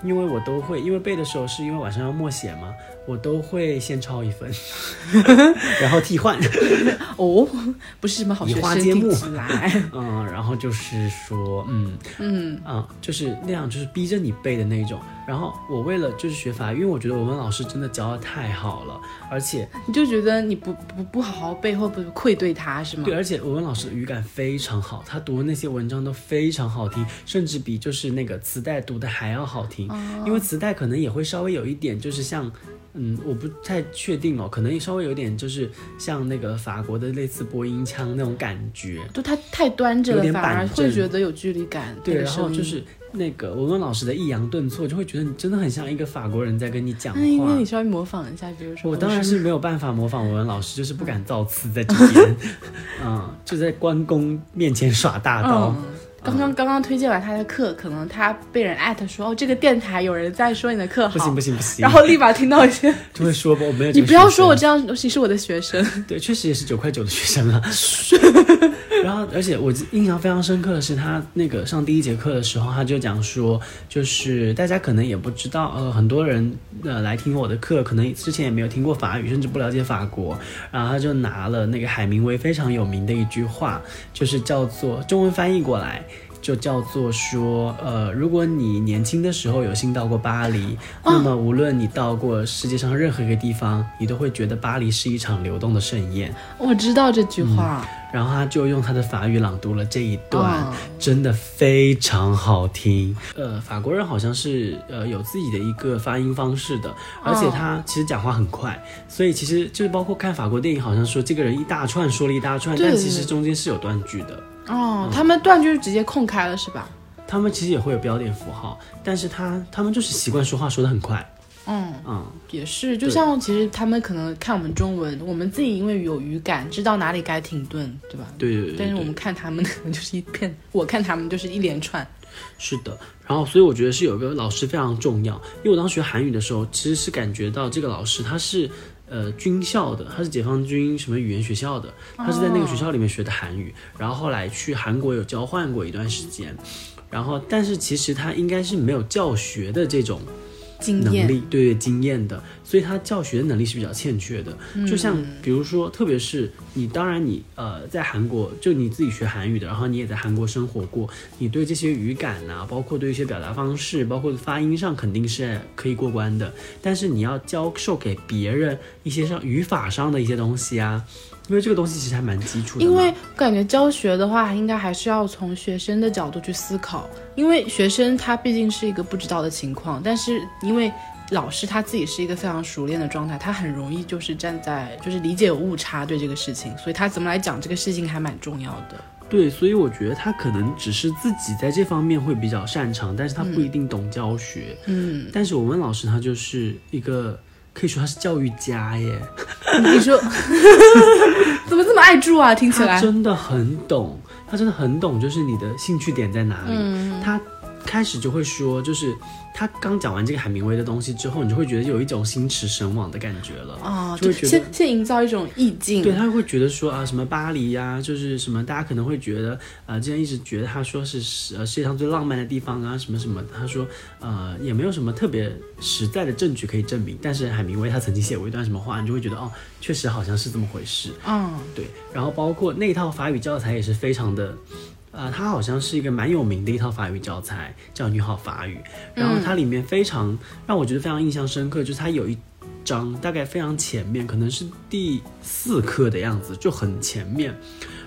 因为我都会，因为背的时候是因为晚上要默写嘛，我都会先抄一份， (laughs) 然后替换，
哦， (laughs) 不是什么好
移
学
花
生，
接木
听起来。
嗯，然后就是说，嗯嗯啊，就是那样，就是逼着你背的那种。然后我为了就是学法语，因为我觉得我们老师真的教的太好了，而且
(laughs) 你就觉得你不不不好好背后不愧对他是吗？
对，而且文文老师的语感非常好，他读的那些文章都非常好听，甚至比就是那个磁带读的还要好听，
哦
因为磁带可能也会稍微有一点，就是像，嗯，我不太确定哦，可能稍微有点就是像那个法国的类似播音腔那种感觉。
就他太端着
有
了，
点
反而
板
会
正
觉得有距离感。
对，
那个
然后
声音
就是那个文文老师的抑扬顿挫，就会觉得你真的很像一个法国人在跟你讲话。
那应该你稍微模仿一下，比如说
我当然
哎是
是没有办法模仿文文老师，就是不敢造次在这
(laughs)
边，嗯，就在关公面前耍大刀。
嗯。刚刚刚刚推荐完他的课，可能他被人艾特说哦，这个电台有人在说你的课好，
不行不行不行，
然后立马听到
(laughs)
一些，
就会说吧，我没有这
你
个学生。
不要说我这样，你是我的学生，
对，确实也是九块九的学生了。 (laughs) 然后，而且我印象非常深刻的是，他那个上第一节课的时候，他就讲说，就是大家可能也不知道，呃，很多人呃来听我的课，可能之前也没有听过法语，甚至不了解法国。然后他就拿了那个海明威非常有名的一句话，就是叫做中文翻译过来。就叫做说，呃，如果你年轻的时候有幸到过巴黎，
哦
那么无论你到过世界上任何一个地方，你都会觉得巴黎是一场流动的盛宴。
我知道这
嗯
句话，嗯
然后他就用他的法语朗读了这一段，
哦
真的非常好听。呃，法国人好像是呃有自己的一个发音方式的，而且他其实讲话很快，所以其实就是包括看法国电影，好像说这个人一大串说了一大串，
对
但其实中间是有断句的。
哦，
嗯
他们断句直接空开了是吧？
他们其实也会有标点符号，但是他他们就是习惯说话说的很快，
嗯，
嗯，
也是，就像其实他们可能看我们中文，我们自己因为有语感，知道哪里该停顿，对吧？
对对对对。
但是我们看他们可能 (laughs) 就是一片，我看他们就是一连串。
是的，然后所以我觉得是有个老师非常重要，因为我当时学韩语的时候，其实是感觉到这个老师他是呃军校的，他是解放军什么语言学校的，他是在那个学校里面学的韩语，然后后来去韩国有交换过一段时间，然后但是其实他应该是没有教学的这种。
经
能
验
力，对对经验的，所以他教学能力是比较欠缺的。
嗯
就像比如说，特别是你，当然你呃在韩国，就你自己学韩语的，然后你也在韩国生活过，你对这些语感呐、包括对一些表达方式，包括发音上肯定是可以过关的。但是你要教授给别人一些上语法上的一些东西啊，因为这个东西其实还蛮基础的嘛。
因为感觉教学的话，应该还是要从学生的角度去思考，因为学生他毕竟是一个不知道的情况，但是因为老师他自己是一个非常熟练的状态，他很容易就是站在就是理解有误差对这个事情，所以他怎么来讲这个事情还蛮重要的。
对，所以我觉得他可能只是自己在这方面会比较擅长，但是他不一定懂教学。
嗯，
但是我们老师他就是一个，可以说他是教育家耶，
你说怎么这么爱住啊？听起
他
(laughs) 来，
真的很懂，他真的很懂，就是你的兴趣点在哪里。
嗯
他开始就会说，就是他刚讲完这个海明威的东西之后，你就会觉得有一种心驰神往的感觉了。
哦，
就
就
会觉
先
得
先营造一种意境，
对，他会觉得说啊，什么巴黎呀、就是什么，大家可能会觉得啊，之前一直觉得他说是世呃世界上最浪漫的地方啊，什么什么。他说呃，也没有什么特别实在的证据可以证明，但是海明威他曾经写过一段什么话，你就会觉得哦，确实好像是这么回事。
嗯，
对，然后包括那套法语教材也是非常的，呃，它好像是一个蛮有名的一套法语教材，叫《你好法语》。然
嗯
后它里面非常、让我觉得非常印象深刻，就是它有一章大概非常前面，可能是第四课的样子，就很前面。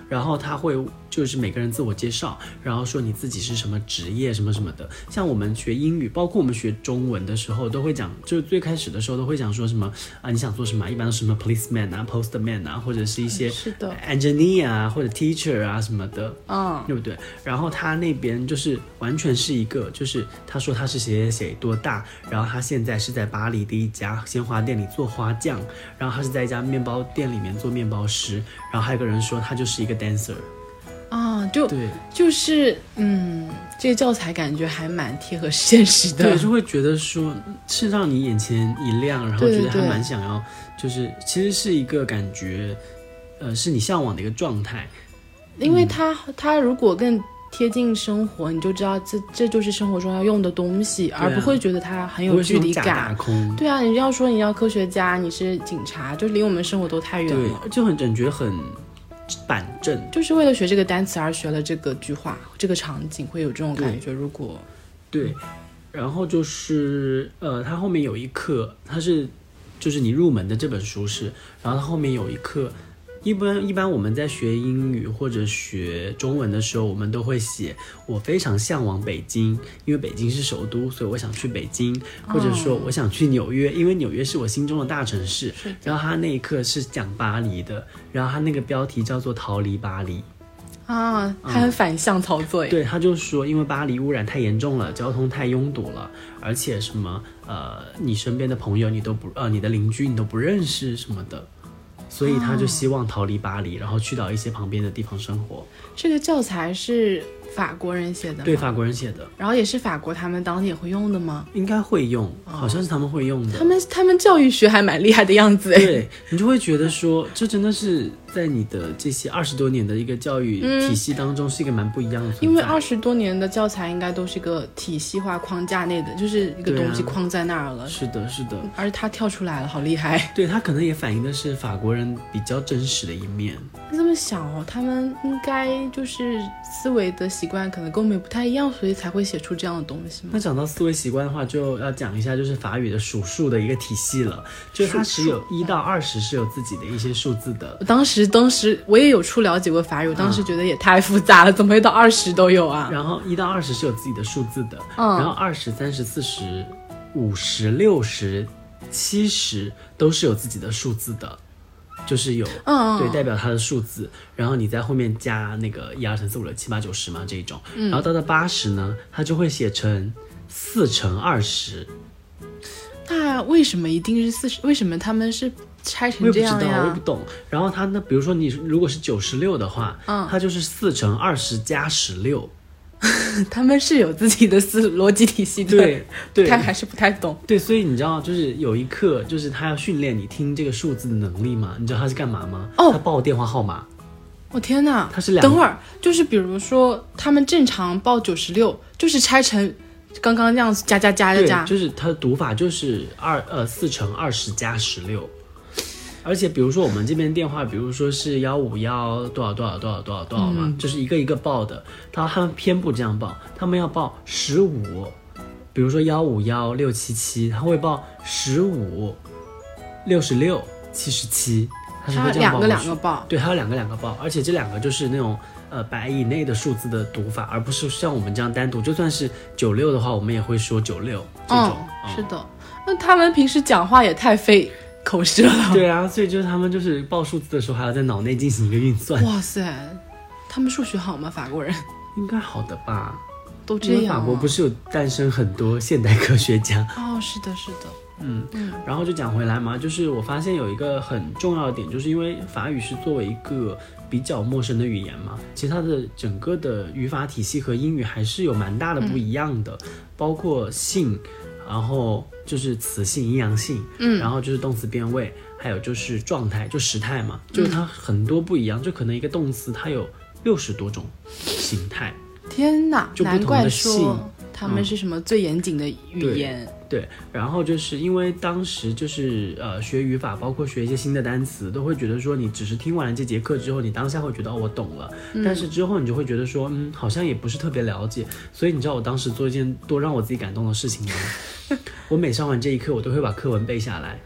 然后他会就是每个人自我介绍，然后说你自己是什么职业什么什么的。像我们学英语，包括我们学中文的时候，都会讲，就是最开始的时候都会讲说什么啊，你想做什么啊？一般都是什么 policeman 啊、postman 啊，或者是一些
嗯是的，
engineer 啊或者 teacher 啊什么的，
嗯，
对不对？然后他那边就是完全是一个，就是他说他是谁谁谁多大，然后他现在是在巴黎的一家鲜花店里做花匠，然后他是在一家面包店里面做面包师，然后还有个人说他就是一个 dancer，
啊，就
对
就是，嗯，这个教材感觉还蛮贴合现实的
对，。就会觉得说是让你眼前一亮，然后
对
觉
对
得还
对
蛮想要，就是其实是一个感觉，呃，是你向往的一个状态。
因
嗯
为它它如果更贴近生活，你就知道这这就是生活中要用的东西，
啊
而不会觉得它很
不
有
会是
距
那种
离
假大
感。
空，
对啊，你要说你要科学家，你是警察，就离我们生活都太远
对
了。，
就很感觉很板正。
就是为了学这个单词而学了这个句话，这个场景会有这种感觉。如果
对，然后就是呃，它后面有一课，它是就是你入门的这本书是，然后它后面有一课。一般一般我们在学英语或者学中文的时候，我们都会写我非常向往北京，因为北京是首都，所以我想去北京，或者说我想去纽约，因为纽约是我心中的大城市。然后他那一课是讲巴黎的，然后他那个标题叫做《逃离巴黎》。嗯
啊，它很反向操作耶。
对，他就说，因为巴黎污染太严重了，交通太拥堵了，而且什么呃，你身边的朋友你都不呃，你的邻居你都不认识什么的，所以他就希望逃离巴黎，然后去到一些旁边的地方生活。
这个教材是法国人写的，
对，，法国人写的，
然后也是法国他们当地也会用的吗？
应该会用，
哦
好像是他们会用
他 (laughs)
的。
们他们教育学还蛮厉害的样子哎。
对你就会觉得说，这真的是在你的这些二十多年的一个教育体系当中，是一个蛮不一样的存在。
嗯因为二十多年的教材应该都是一个体系化框架内的，就是一个
对啊
东西框在那儿了，
是的，是的，
而他跳出来了，好厉害！ (laughs)
对他可能也反映的是法国人比较真实的一面。
这么想哦，他们应该就是思维的习惯可能跟我们也不太一样，所以才会写出这样的东西嘛。
那讲到思维习惯的话，就要讲一下就是法语的数数的一个体系了，就是它
数
只有一到二十是有自己的一些数字的。
(laughs) 我当时，当时我也有初了解过法语，我当时
啊
觉得也太复杂了， (laughs) 怎么会到二十都有啊？ (laughs)
然后一到二十是有自己的数字的，
嗯
然后二十、三十、四十、五十、六十、七十都是有自己的数字的，就是有
嗯，
对代表它的数字，然后你在后面加那个一二三四五六七八九十嘛这一种，
嗯
然后到了八十呢，它就会写成四乘二十，
那为什么一定是四十？为什么他们是拆
我也
成
不
这
知
样
道，我也不
呀？
懂。然后它那，比如说你如果是九十六的话，
嗯
它就是四乘二十加十六，
(laughs) 他们是有自己的思逻辑体系的。
对
(laughs)
对
他还是不太懂。
对，所以你知道，就是有一课，就是他要训练你听这个数字的能力嘛。你知道他是干嘛吗？
哦
他报电话号码，
我、哦天哪！
它是两
等会儿，就是比如说他们正常报九十六，就是拆成刚刚那样子加加加加
对，
加，
就是它的读法就是二呃四乘二十加十六，而且比如说我们这边电话，比如说是幺五幺多少多少多少多少多少嘛，
嗯
就是一个一个报的，他他们偏不这样报，他们要报十五，比如说幺五幺六七七，他会报十五六十六七十七，他是
它
会这样
两
报
个
过
两
去
个报，
对，还有两个两个报，而且这两个就是那种呃百以内的数字的读法，而不是像我们这样单独。就算是九六的话，我们也会说九六这
嗯
种。，
是的。那他们平时讲话也太费口舌
(laughs)
了，
对啊，所以就是他们就是报数字的时候，还要在脑内进行一个运算，
哇塞，他们数学好吗？法国人
应该好的吧？
都
因
这
为
样、
法
啊。
国不是有诞生很多现代科学家，
哦，是的，是的，
然后就讲回来嘛，就是我发现有一个很重要的点，就是因为法语是作为一个比较陌生的语言嘛，其实它的整个的语法体系和英语还是有蛮大的不一样的，包括性，然后就是词性、阴阳性，嗯，然后就是动词变位，还有就是状态，就时态嘛，就是它很多不一样，就可能一个动词它有六十多种形态。
天哪，
就不
难
同
怪
的嗯信
说他们是什么最严谨的语
对
言。
对，然后就是因为当时就是呃学语法，包括学一些新的单词，都会觉得说你只是听完了这节课之后，你当下会觉得哦我懂了，但是之后你就会觉得说嗯好像也不是特别了解，所以你知道我当时做一件多让我自己感动的事情吗？ (laughs) 我每上完这一课，我都会把课文背下来，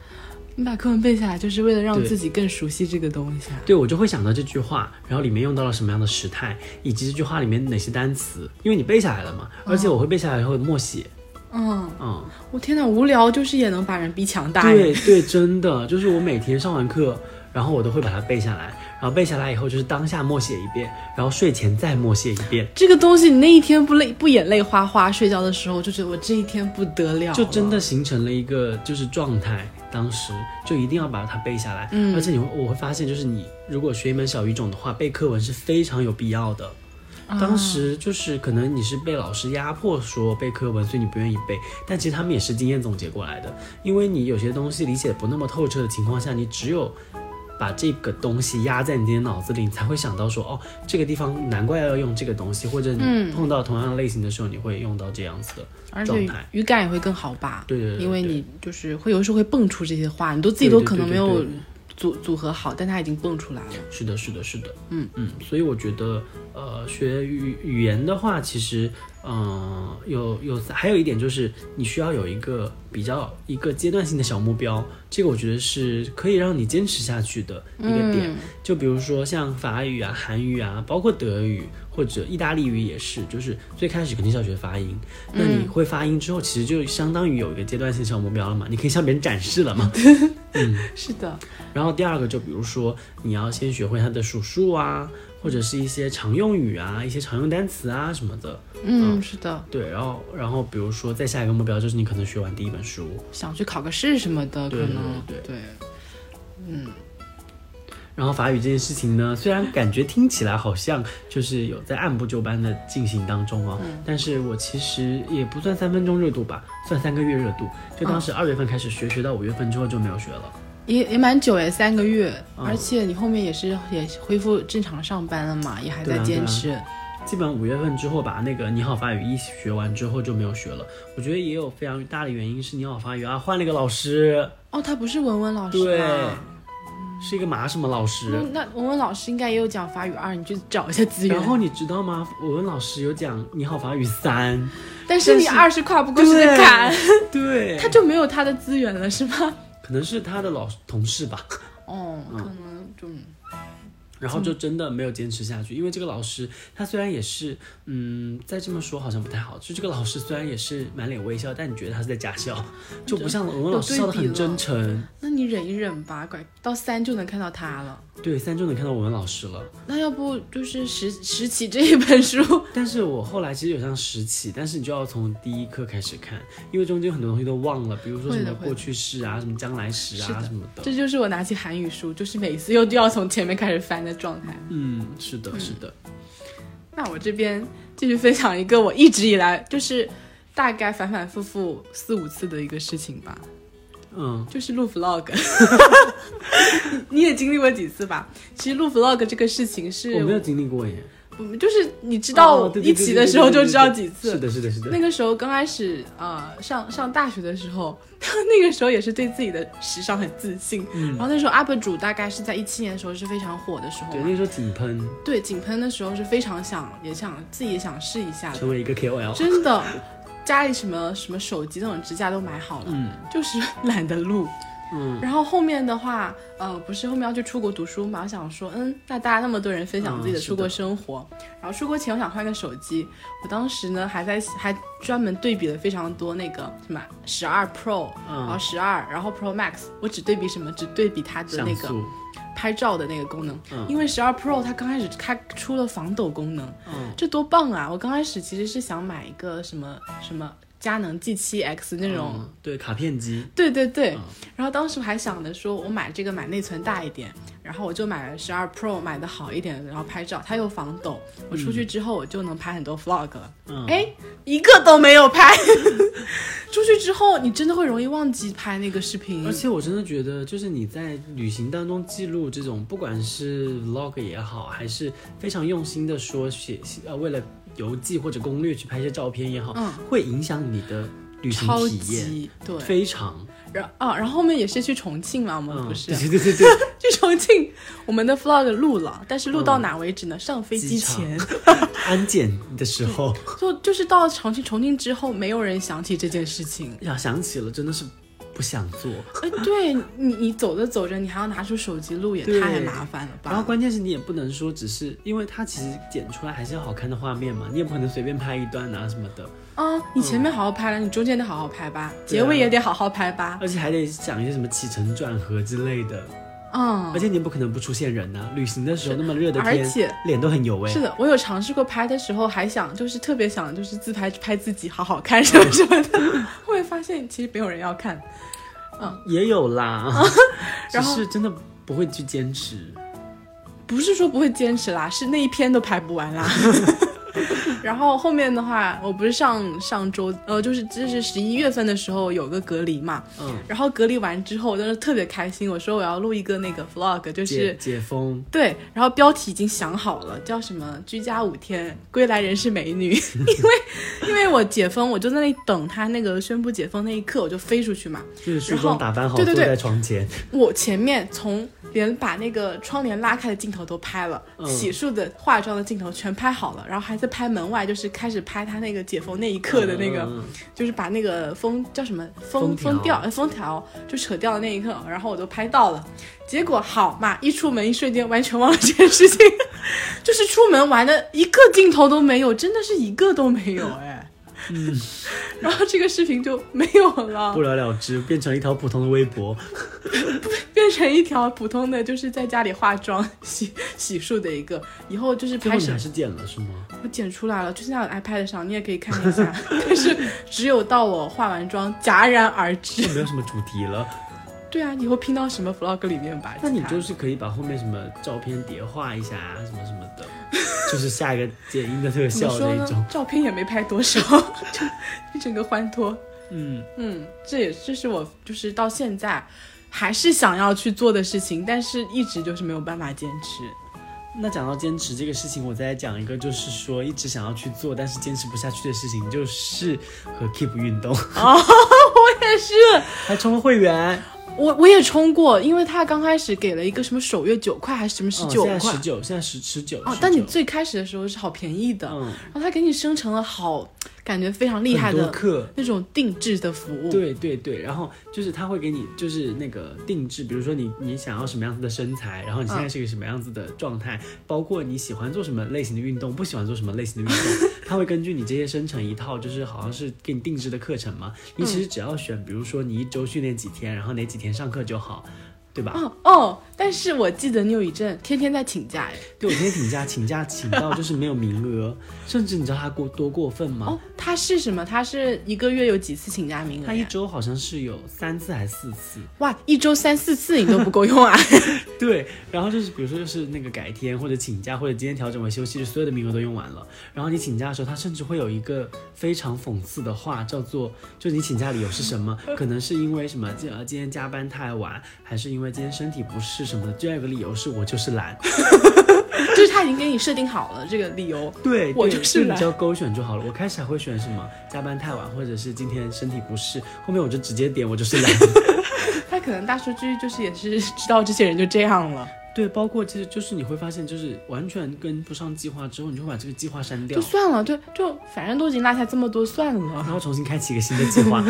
你把课文背下来，就是为了让
对
自己更熟悉这个东西啊。
对我就会想到这句话，然后里面用到了什么样的时态，以及这句话里面哪些单词，因为你背下来了嘛，而且我会背下来以后默写，
嗯，
嗯。
我天哪，无聊就是也能把人逼强大耶。
对对，真的就是我每天上完课，然后我都会把它背下来，然后背下来以后就是当下默写一遍，然后睡前再默写一遍，
这个东西，你那一天不累不眼泪哗哗，睡觉的时候就觉得我这一天不得了了，
就真的形成了一个就是状态。当时就一定要把它背下来，
嗯
而且你会我会发现，就是你如果学一门小语种的话，背课文是非常有必要的。
啊
当时就是可能你是被老师压迫说背课文，所以你不愿意背，但其实他们也是经验总结过来的，因为你有些东西理解不那么透彻的情况下，你只有把这个东西压在你的脑子里，你才会想到说，哦，这个地方难怪要用这个东西，或者
嗯
你碰到同样的类型的时候，你会用到这样子的。
而
状
且
态
语感也会更好吧？
对对对对
因为你就是会有时候会蹦出这些话，你都自己
对
都
对
可
对
能
对
没有
对
组组合好，但它已经蹦出来了。
是的，是的，是的，
嗯
嗯，所以我觉得，呃，学语语言的话，其实，嗯、有有还有一点就是，你需要有一个比较一个阶段性的小目标，这个我觉得是可以让你坚持下去的一个点。就比如说像法语啊、韩语啊，包括德语或者意大利语也是，就是最开始肯定是要学发音，那你会发音之后，其实就相当于有一个阶段性小目标了嘛，你可以向别人展示了嘛。嗯
是的，
然后第二个就比如说，你要先学会它的数数啊，或者是一些常用语啊、一些常用单词啊什么的。
嗯，是的，
对，然后然后比如说再下一个目标就是你可能学完第一本书，
想去考个试什么的，可
对对
能
对
对。
然后法语这件事情呢，虽然感觉听起来好像就是有在按部就班的进行当中哦，但是我其实也不算三分钟热度吧，算三个月热度。就当时二月份开始学，学到五月份之后就没有学了。
也也蛮久哎，三个月，
嗯
而且你后面也是也恢复正常上班了嘛，也还
对
在
啊对
坚
啊
持。
基本五月份之后把那个你好法语一学完之后就没有学了。我觉得也有非常大的原因是你好法语啊换了一个老师，
哦，他不是文文老师
对
啊，
是一个麻什么老
那
师。
那文文老师应该也有讲法语二，你去找一下资源。
然后你知道吗？我们老师有讲你好法语三，
但是你
但是
二是跨不过去的
对
坎，
对，
他就没有他的资源了，是吗？
可能是他的老同事吧。
哦，
嗯
可能就
然后就真的没有坚持下去，因为这个老师他虽然也是，嗯，再这么说好像不太好，就这个老师虽然也是满脸微笑，但你觉得他是在假笑，就不像我们老师笑得很真诚。
那你忍一忍吧，拐到三就能看到他了。
对，三就能看到我们老师了。
那要不就是拾拾起这一本书， (laughs)
但是我后来其实有上十期，但是你就要从第一课开始看，因为中间很多东西都忘了，比如说什
会
么
的会的
过去式啊，什么将来时
是
啊
的
什么的。
这就是我拿起韩语书，就是每次又又要从前面开始翻的状态。
嗯，是的，是的，
那我这边继续分享一个我一直以来就是大概反反复复四五次的一个事情吧，
嗯，
就是录 vlog。你你也经历过几次吧？其实录 vlog 这个事情是
我没有经历过耶。
嗯就是你知道
哦对对
一
对
起
对
的
对
时候
对
就
对
知道
对
几次。
是的，是的，是的。
那个时候刚开始啊、呃上上大学的时候，那个时候也是对自己的时尚很自信。
嗯
然后那时候 UP 主大概是在一七年的时候是非常火的时候
对，
嘛，
那个时候井喷，
对井喷的时候是非常想也想自己也想试一下的，
成为一个 KOL。
真的，家里什么什么手机那种支架都买好了，
嗯
就是 (laughs) 懒得录。
嗯，
然后后面的话，呃，不是后面要去出国读书嘛？我想说，嗯，那大家那么多人分享自己的
嗯
出国生活，然后出国前我想换个手机，我当时呢还在还专门对比了非常多那个什么十二 Pro，、然后
嗯，
十二，然后 Pro Max，我只对比什么？只对比它的
像
啊那个
素，
拍照的那个功能，
嗯
因为十二 Pro 它刚开始它出了防抖功能，
嗯，
这多棒啊！我刚开始其实是想买一个什么什么佳能 G 7 X 那种。
嗯对卡片机，
对对对，
嗯
然后当时我还想着说，我买这个买内存大一点，然后我就买了十二 Pro，买的好一点，然后拍照，它有防抖，我出去之后我就能拍很多 vlog 了。
嗯，
哎、一个都没有拍， (laughs) 出去之后你真的会容易忘记拍那个视频
而。且我真的觉得，就是你在旅行当中记录这种，不管是 vlog 也好，还是非常用心的说写呃，为了游记或者攻略去拍一些照片也好，
嗯
会影响你的旅行
超
体验，
级对，
非常。
然啊，然后后面也是去重庆嘛，我们
嗯，
不是、 (laughs) 啊
对对对对，
去重庆，我们的 vlog 录了，但是录到哪为止呢？上飞机
嗯机场
前， (laughs)
安检的时候
就就是到重庆，重庆之后没有人想起这件事情。
呀，想起了真的是不想做。
哎，对你，你走着走着，你还要拿出手机录，也
对
太麻烦了吧？
然后关键是你也不能说只是，因为它其实剪出来还是要好看的画面嘛，你也不可能随便拍一段啊什么的，
啊，你前面好好拍了，你中间得好好拍吧，
对
结
啊
尾也得好好拍吧。
而且还得想一些什么起承转合之类的。
嗯
而，且你也不可能不出现人呐、旅行的时候那么热的
而
天，
且
脸都很油哎、
是的，我有尝试过拍的时候，还想就是特别想就是自拍拍自己好好看什
嗯
么什么的，后来发现其实没有人要看。
也有
(laughs)
啦，只
然后
是真的不会去坚持。
不是说不会坚持啦，是那一篇都拍不完
(laughs)
啦。然后后面的话，我不是上上周呃，就是就是十一月份的时候有个隔离嘛，
嗯，
然后隔离完之后，我真的特别开心，我说我要录一个那个 vlog，
解
就是
解封，
对，然后标题已经想好了，叫什么“居家五天，归来仍是
(laughs)
美女”，因为因为我解封，我就在那里等他那个宣布解封那一刻，我就飞出去嘛，
就是梳
然
妆
后
打扮好，
对对对
坐在床前，
我前面从连把那个窗帘拉开的镜头都拍了，
嗯
洗漱的、化妆的镜头全拍好了，然后还在拍门外，就是开始拍他那个解封那一刻的那个，
嗯
就是把那个封叫什么封
封条
封掉、呃、封条就扯掉的那一刻，然后我都拍到了。结果好嘛，一出门一瞬间完全忘了这件事情， (laughs) 就是出门玩的一个镜头都没有，真的是一个都没有哎。
(laughs)
嗯，然后这个视频就没有了，
不了了之，变成一条普通的微博。
变成一条普通的，就是在家里化妆、洗洗漱的一个。以后就是
最后
拍
你
摄
还，是剪了是吗？
我剪出来了，就现在我的 iPad 上，你也可以看一下。 (laughs) 但是只有到我化完妆戛然而
就
止。
没有什么主题
(laughs)
了。
对啊，以后拼到什么 vlog 里面吧。
那你就是是可以把后面什么照片叠化一下啊，什么什么的，就是下一个剪映的特
怎么
效
说
那
呢
一种。？
照片也没拍多少， (laughs) 就一整个欢脱。
嗯，
嗯，这也这是我就是到现在还是想要去做的事情，但是一直就是没有办法坚
(laughs)
持。
那讲到坚持这个事情，我再讲一个，就是说一直想要去做但是坚持不下去的事情，就是和 Keep 运
(laughs)
动，
但是
还充了会员，
我我也充过，因为他刚开始给了一个什么首月九块还是什么十九块
哦现在十九，现在十十九。
哦
19，
但你最开始的时候是好便宜的，
嗯，
然后他给你生成了好感觉非常厉害
很多
的
课，
那种定制的服务，
对对对，然后就是他会给你就是那个定制，比如说你你想要什么样子的身材，然后你现在是一个什么样子的状态，包括你喜欢做什么类型的运动，不喜欢做什么类型的运动，他会根据你这些生成一套，就是好像是给你定制的课程嘛。你其实只要选，比如说你一周训练几天，然后哪几天上课就好，对吧？
哦哦，但是我记得你有一阵天天在请假哎，
对我今天请假，请假请到就是没有名额，甚至你知道他过多过分吗？
哦，他是什么？他是一个月有几次请假名额
他
呀？
一周好像是有三次还是四次，
哇，一周三四次你都不够 (laughs) 用啊！
对，然后就是比如说就是那个改天或者请假或者今天调整为休息日，所有的名额都用完了。然后你请假的时候，他甚至会有一个非常讽刺的话，叫做就你请假理由是什么？可能是因为什么？今呃今天加班太晚，还是因为今天身体不适什么的？第二个理由是我就是懒。
就是他已经给你设定好了这个理由。
对，
(laughs) 我
对
就是
你
来
只要勾选就好了。我开始还会选什么加班太晚，或者是今天身体不适，后面我就直接点我就是来。
他可能大数据就是也是知道这些人就这样了，
(laughs) 对，包括其实就是你会发现，就是完全跟不上计划之后，你就会把这个计划删掉
就，算了，就就反正都已经拉下这么多算了。
然后重新开启一个新的计
(laughs)
划。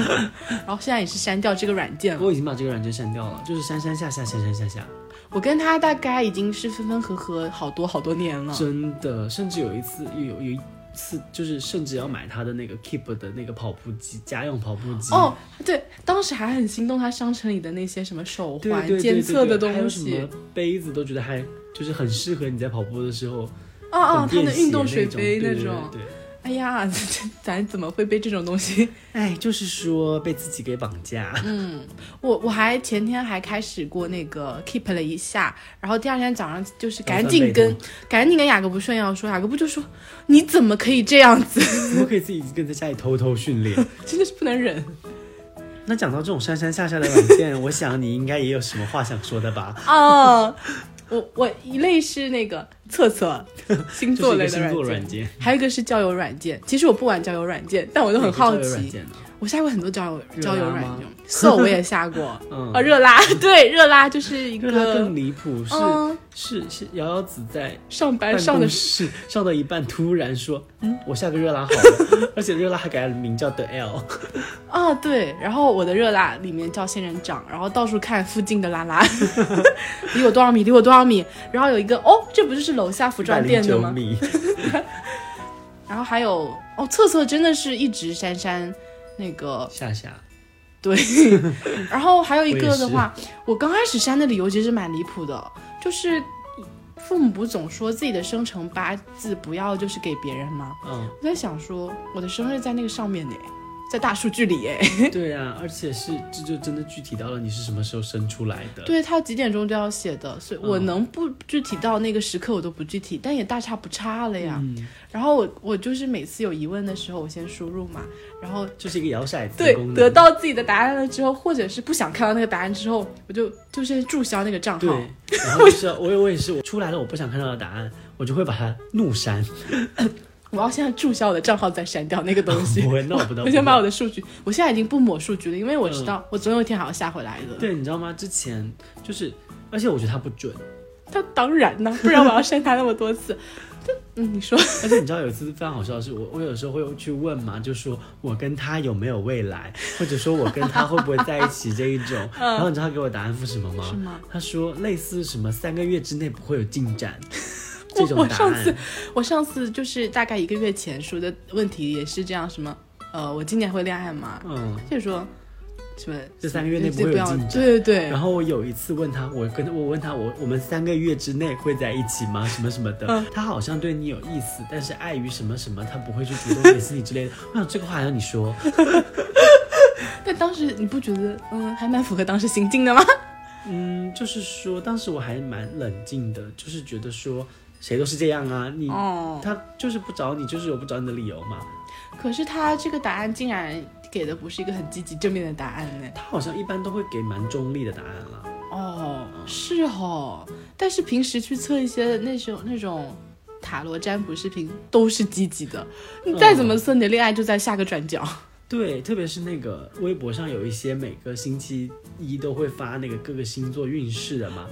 然后现在也是删掉这个软件了。
我已经把这个软件删掉了，就是删删下下删删下下，
我跟他大概已经是分分合合好多好多年了。
真的，甚至有一次有有一次就是甚至要买他的那个 Keep 的那个跑步机，家用跑步机。
哦，对，当时还很心动他商城里的那些什么手
对
环、
对对
监
对
测
对
的
还有
东
什
西
么，杯子都觉得还就是很适合你在跑步的时候
哦哦，
很
他的
便携
运动水
种
杯
对
那
对
种。
对对对
哎呀，这咱怎么会被这种东西？
哎，就是说被自己给 (laughs) 绑架。
我我还前天还开始过那个 keep 了一下，然后第二天早上就是赶
早上
紧
被动
跟赶紧跟雅各布炫耀说，雅各布就说你怎么可以这样子， (laughs)
怎么可以自己跟在家里偷偷训练？ (laughs)
真的是不能忍。
那讲到这种上上下下的软件，我想你应该也有什么话想说的吧？
啊， (laughs) 我我一类是那个
(laughs)
测测星
就
座
是一
类
个
的
星座
软
软
件，
件，
还有一个是交友软件。其实我不玩交友软件，但我都很
哪
好
个交友软
奇。
件呢
我下过很多交友
热拉
交友软
吗。
件，色我也下过
嗯
啊，热拉， (laughs) 对，热拉就是一
因为它
个
更离谱，是、
嗯
是是瑶瑶子在
上班
办
上的
公室上到一半突然说，嗯，我下个热拉好
(laughs)
了，而且热拉还改了名叫 The L，
啊，对，然后我的热辣里面叫仙人掌，然后到处看附近的
(laughs)
拉拉，离我多少米，离我多少米，然后有一个哦，这 (laughs) 不就是楼下服
不
装店的
九 (laughs)
吗？
米，
然后还有哦，测测真的是一直删删那
(laughs)
个，
夏夏，
然后还有一
我也
个
是
的话，我刚开始删的理由其实蛮离谱的，就是父母总说自己的生辰八字不要就是给别人嘛， (laughs)
嗯，
我在想说我的生日在那个上面呢，在大数据里哎。
对啊，而且是这就真的具体到了你是什么时候生出来的，
(laughs) 对他几点钟都要写的，所以我
嗯
能不具体到那个时刻我都不具体，但也大差不差了呀。
嗯，
然后我我就是每次有疑问的时候，我先输入嘛，然后
就是一个摇骰子的
对
功能，
得到自己的答案了之后，或者是不想看到那个答案之后，我就就先注销那个账号。
对，然后就是我也我也是，我出来了我不想看到的答案，我就会把它怒删，
我要现在注销我的账号，再删掉那
(laughs)
个东西。
不会，那我不能，
(laughs) 我先把我
的。嗯
的数据，我现在已经不抹数据了，因为我知道我总有一天还要下回来的。
对，你知道吗？之前就是，而且我觉得它不准， (laughs)
他当然呢，不然我要删他那么多次。 (laughs) 这嗯，你说
而且你知道有一次非常好笑的是，我我有时候会去问嘛，就说我跟他有没有未来，或者说我跟他会不会在一起这一
(laughs)
种。然后你知道他给我答案是什么
嗯是
吗？
吗？，
他说类似什么三个月之内不会有进展这种
(laughs) 我
答
上
案
次。我上次就是大概一个月前说的问题也是这样，什么呃，我今年会恋爱吗？
嗯，
就是说什么
这三个月内不
这
会有
不要
进展。
对对对
然，后我有一次问他，我跟我问他，我我们三个月之内会在一起吗？什么什么的，
嗯
他好像对你有意思，但是碍于什么什么，他不会去主动联系你之类的。我想这个话还要你说，
但当时你不觉得嗯还蛮符合当时心境的吗？
嗯，就是说当时我还蛮冷静的，就是觉得说谁都是这样啊，你、
哦，
他就是不找你，就是有不找你的理由嘛。
可是他这个答案竟然给的不是一个很积极正面的答案呢。
他好像一般都会给蛮中立的答案了，
哦，
嗯
是哦，但是平时去测一些那种那种。塔罗占卜视频都是积极的，你再
嗯
怎么测，你的恋爱就在下个转角。
对，特别是那个微博上有一些每个星期一都会发那个各个星座运势的嘛。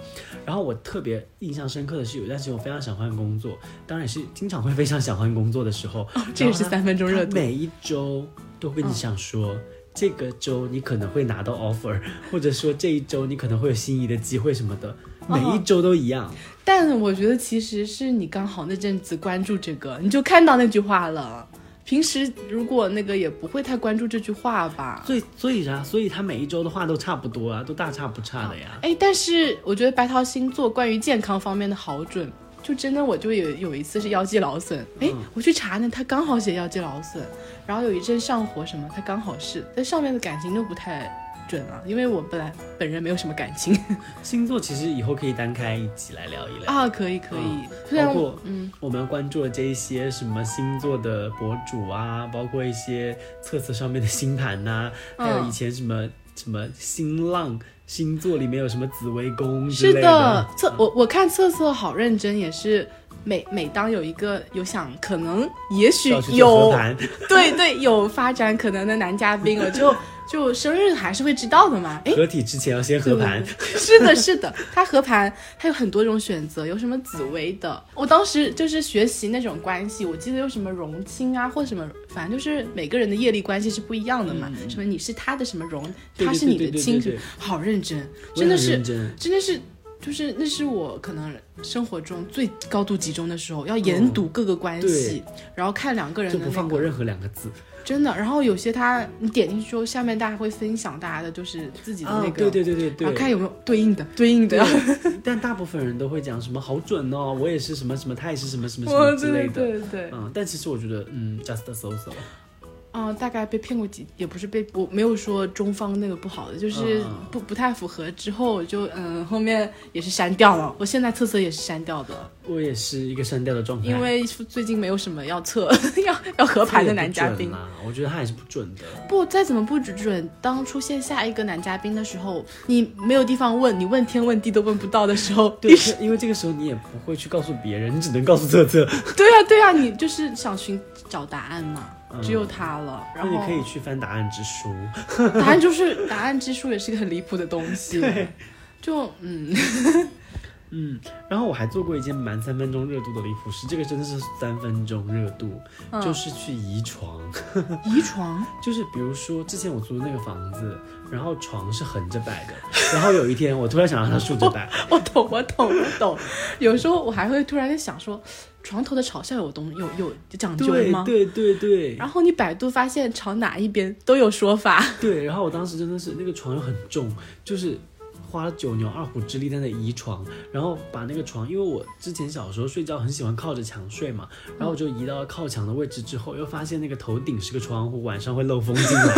然后我特别印象深刻的是，有一段时间我非常想换工作，当然也是经常会非常想换工作的时候，
哦这也是三分钟
他
热度。嗯
每一周都跟你想说，这个周你可能会拿到 offer，或者说这一周你可能会有心仪的机会什么的，每
哦
一周都一样。
但我觉得其实是你刚好那阵子关注这个，你就看到那句话了。平时如果那个也不会太关注这句话吧。
所以，所以啥？所以他每一周的话都差不多啊，都大差不差的呀。
哎，但是我觉得白桃星座关于健康方面的好准，就真的我就有有一次是腰肌劳损，哎，
嗯
我去查呢，他刚好写腰肌劳损，然后有一阵上火什么，他刚好是，但上面的感情就不太准了，因为我本来本人没有什么感情
星座其实以后可以单开一起来聊一聊。
啊，可以可以，虽然
包
我
括
嗯
我们关注了这一些什么星座的博主啊，包括一些测测上面的星盘呐、还有
嗯
以前什么什么新浪星座里面有什么紫微宫之
是
类
的，测
嗯
我我看测测好认真，也是每每当有一个有想可能也许
要去做
有
和盘，
对对有发展可能的男嘉宾，我
(laughs)
就就生日还是会知道的嘛。哎，
合体之前要先合盘，
是的，是的，它合盘它有很多种选择，有什么紫薇的，我当时就是学习那种关系，我记得有什么荣亲啊，或者什么，反正就是每个人的业力关系是不一样的嘛。什么你是他的什么荣，
嗯对
他
对
是
对
你
对
的
对
亲，
对对
好认真，
我也
真的
很
是
认真。
真的是，就是那是我可能生活中最高度集中的时候，要研读各个关系，然后看两个人
嗯就
的、
不放过任何两个字。
真的。然后有些他你点进去之后，下面大家会分享大家的就是嗯啊自己的那
嗯
个，
哦对对对对
然后看
对。
有没有对应的对应的，
但大部分人都会讲什么好准哦，我也是什么什么，他也是什么什么什
我
么之类
哦对
的。
对对，
嗯，但其实我觉得，嗯，just so so。
啊、大概被骗过几，也不是被我没有说中方那个不好的，就是
嗯
不不太符合。之后我就嗯，后面也是删掉了，我现在测测也是删掉的，
我也是一个删掉的状态。
因为最近没有什么要测 (laughs) 要要合盘的男嘉
哎这也
宾
不准。啦，我觉得他也是不准的。
不，再怎么不准，当出现下一个男嘉宾的时候，你没有地方问，你问天问地都问不到的时候， (laughs)
对，因为因为这个时候你也不会去告诉别人，你只能告诉特特。
对呀、对呀、啊你就是想寻找答案嘛，
嗯
只有他了。
那
然
你
后
可以去翻答案之书。
答案就是答案之书也是个很离谱的东西，就嗯，
(laughs) 嗯，然后我还做过一件蛮三分钟热度的离谱事，这个真的是三分钟热度，
嗯
就是去移床。
移床
就是比如说，之前我租的那个房子，然后床是横着摆的，然后有一天我突然想让它竖着
(laughs)
摆，
(laughs) 我懂，我懂，我懂。有时候我还会突然在想说，床头的朝向有东有有讲究
对
嗯吗？
对对对
然后你百度发现朝哪一边都有说法， (laughs)
(laughs) 对，然后我当时真的是那个床又很重，就是。花了九牛二虎之力在那移床，然后把那个床，因为我之前小时候睡觉很喜欢靠着墙睡嘛，然后我就移到了靠墙的位置之后，又发现那个头顶是个窗户，晚上会漏风进来，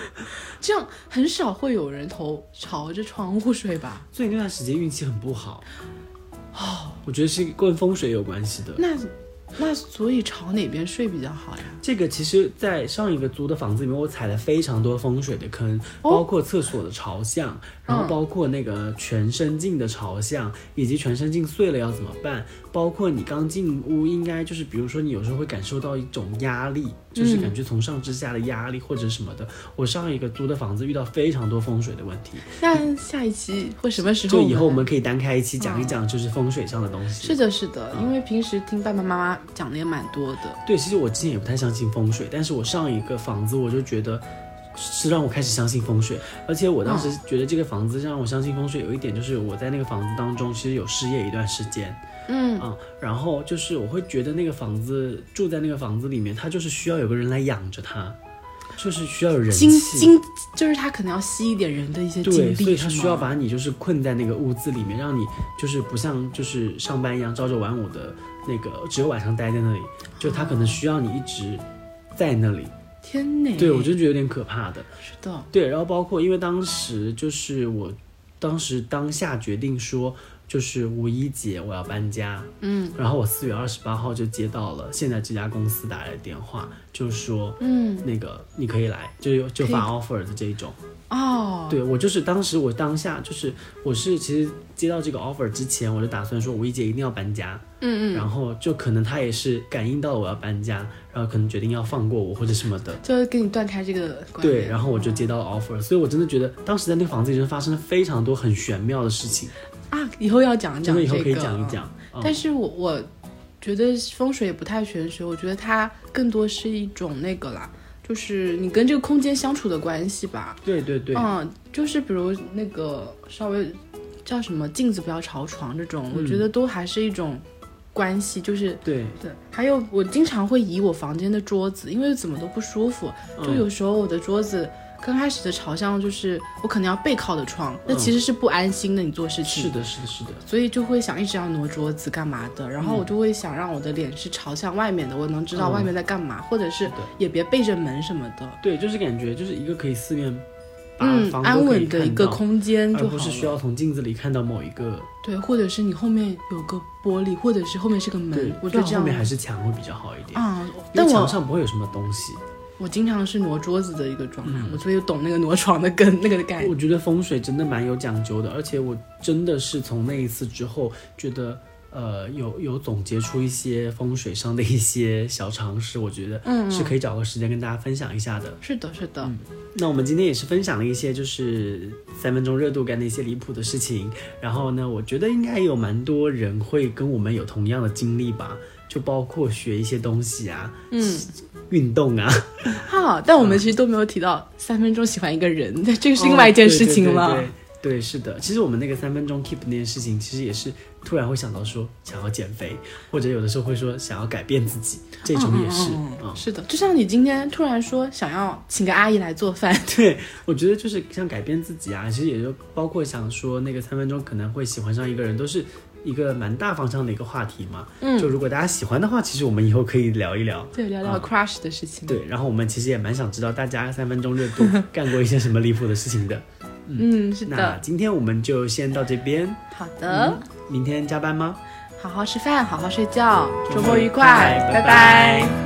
(laughs)
这样很少会有人头朝着窗户睡吧？
所以那段时间运气很不好。哦，我觉得是跟风水有关系的。
那那所以朝哪边睡比较好 (laughs) 呀？
这个其实，在上一个租的房子里面，我踩了非常多风水的坑，
哦
包括厕所的朝向，然后包括那个全身镜的朝向，以及全身镜碎了要怎么办，包括你刚进屋应该就是，比如说你有时候会感受到一种压力，就是感觉从上至下的压力或者什么的。我上一个租的房子遇到非常多风水的问题，
那下一期或什么时候？
就以后我们可以单开一期讲一讲，就是风水上的东西。
是的，是的，因为平时听爸爸妈妈讲的也蛮多的。
对，其实我之前也不太相信风水，但是我上一个房子我就觉得是让我开始相信风水，而且我当时
嗯
觉得这个房子让我相信风水有一点就是我在那个房子当中其实有失业一段时间，
嗯，
啊，然后就是我会觉得那个房子住在那个房子里面，它就是需要有个人来养着它，就是需要有人
精
气。
精就是他可能要吸一点人的一些精
对，
力，
所以
是
他
吗
需要把你就是困在那个屋子里面，让你就是不像就是上班一样朝九晚五的那个，只有晚上待在那里，就他可
哦
能需要你一直在那里。
天哪！
对，我就觉得有点可怕的。
是的，
对，然后包括因为当时就是我，当时当下决定说，就是五一节我要搬家，
嗯
然后我四月二十八号就接到了现在这家公司打来的电话，就说
嗯
那个你可以来，就有就发 offer 的这一种。
哦，
对我就是当时我当下就是我是其实接到这个 offer 之前，我就打算说五一节一定要搬家，
嗯嗯，
然后就可能他也是感应到了我要搬家，然后可能决定要放过我或者什么的。
就跟你断开这个关联
对，然后我就接到了 offer，所以我真的觉得当时在那个房子里真的发生了非常多很玄妙的事情，
啊，以后要讲一
真
讲
的
这
以
个，
后可以讲一讲。嗯
但是我我觉得风水也不太玄学，我觉得它更多是一种那个啦，就是你跟这个空间相处的关系吧。
对对对，
嗯，就是比如那个稍微叫什么镜子不要朝床这种，我
嗯
觉得都还是一种关系，就是。
对，
对，还有我经常会移我房间的桌子，因为怎么都不舒服。就
嗯
有时候我的桌子刚开始的朝向就是我可能要背靠着窗，那
嗯
其实是不安心的。你做事情
是的，是的，是的，
所以就会想一直要挪桌子干嘛的，然后我就会想让我的脸是朝向外面的，我能知道
嗯
外面在干嘛，或者是
的
也别背着门什么的，
对，就是感觉就是一个可以四面八
嗯，
方
安
都可以
稳的一
看
个
到，
空间
而
就
不
好
是需
了。
要从镜子里看到某一个。
对，或者是你后面有个玻璃，或者是后面是个
对
门，，嗯我
最
觉得
好
这
后
样
面还是墙会比较好一点，
啊，
因
但
为墙
我
上不会有什么东西。
我经常是挪桌子的一个状态，
嗯
我所以懂那个挪床的跟那个的概念。
我觉得风水真的蛮有讲究的，而且我真的是从那一次之后觉得。呃有有总结出一些风水上的一些小常识，我觉得是可以找个时间跟大家分享一下的。
是的，是的，
嗯那我们今天也是分享了一些就是三分钟热度干的一些离谱的事情，然后呢，我觉得应该有蛮多人会跟我们有同样的经历吧，就包括学一些东西啊，
嗯，
运动啊，
哈、但我
嗯
们其实都没有提到三分钟喜欢一个人， (laughs) 那这个是另外一件事情
哦
了
对。对对对对，是的。其实我们那个三分钟 keep 那件事情，其实也是突然会想到说想要减肥，或者有的时候会说想要改变自己，这种也是
嗯嗯
啊、
是的，就像你今天突然说想要请个阿姨来做饭，
对，我觉得就是像改变自己啊，其实也就包括想说那个三分钟可能会喜欢上一个人，都是一个蛮大方向的一个话题嘛。
嗯
就如果大家喜欢的话，其实我们以后可以聊一聊。
对，聊聊 crush 的事情。
嗯对，然后我们其实也蛮想知道大家三分钟热度干过一些什么离谱的事情的。
嗯，是
那嗯
的，
今天我们就先到这边，
好的。
明天加班吗？
好好吃饭，好好睡觉，周末愉
拜
快，
拜
拜拜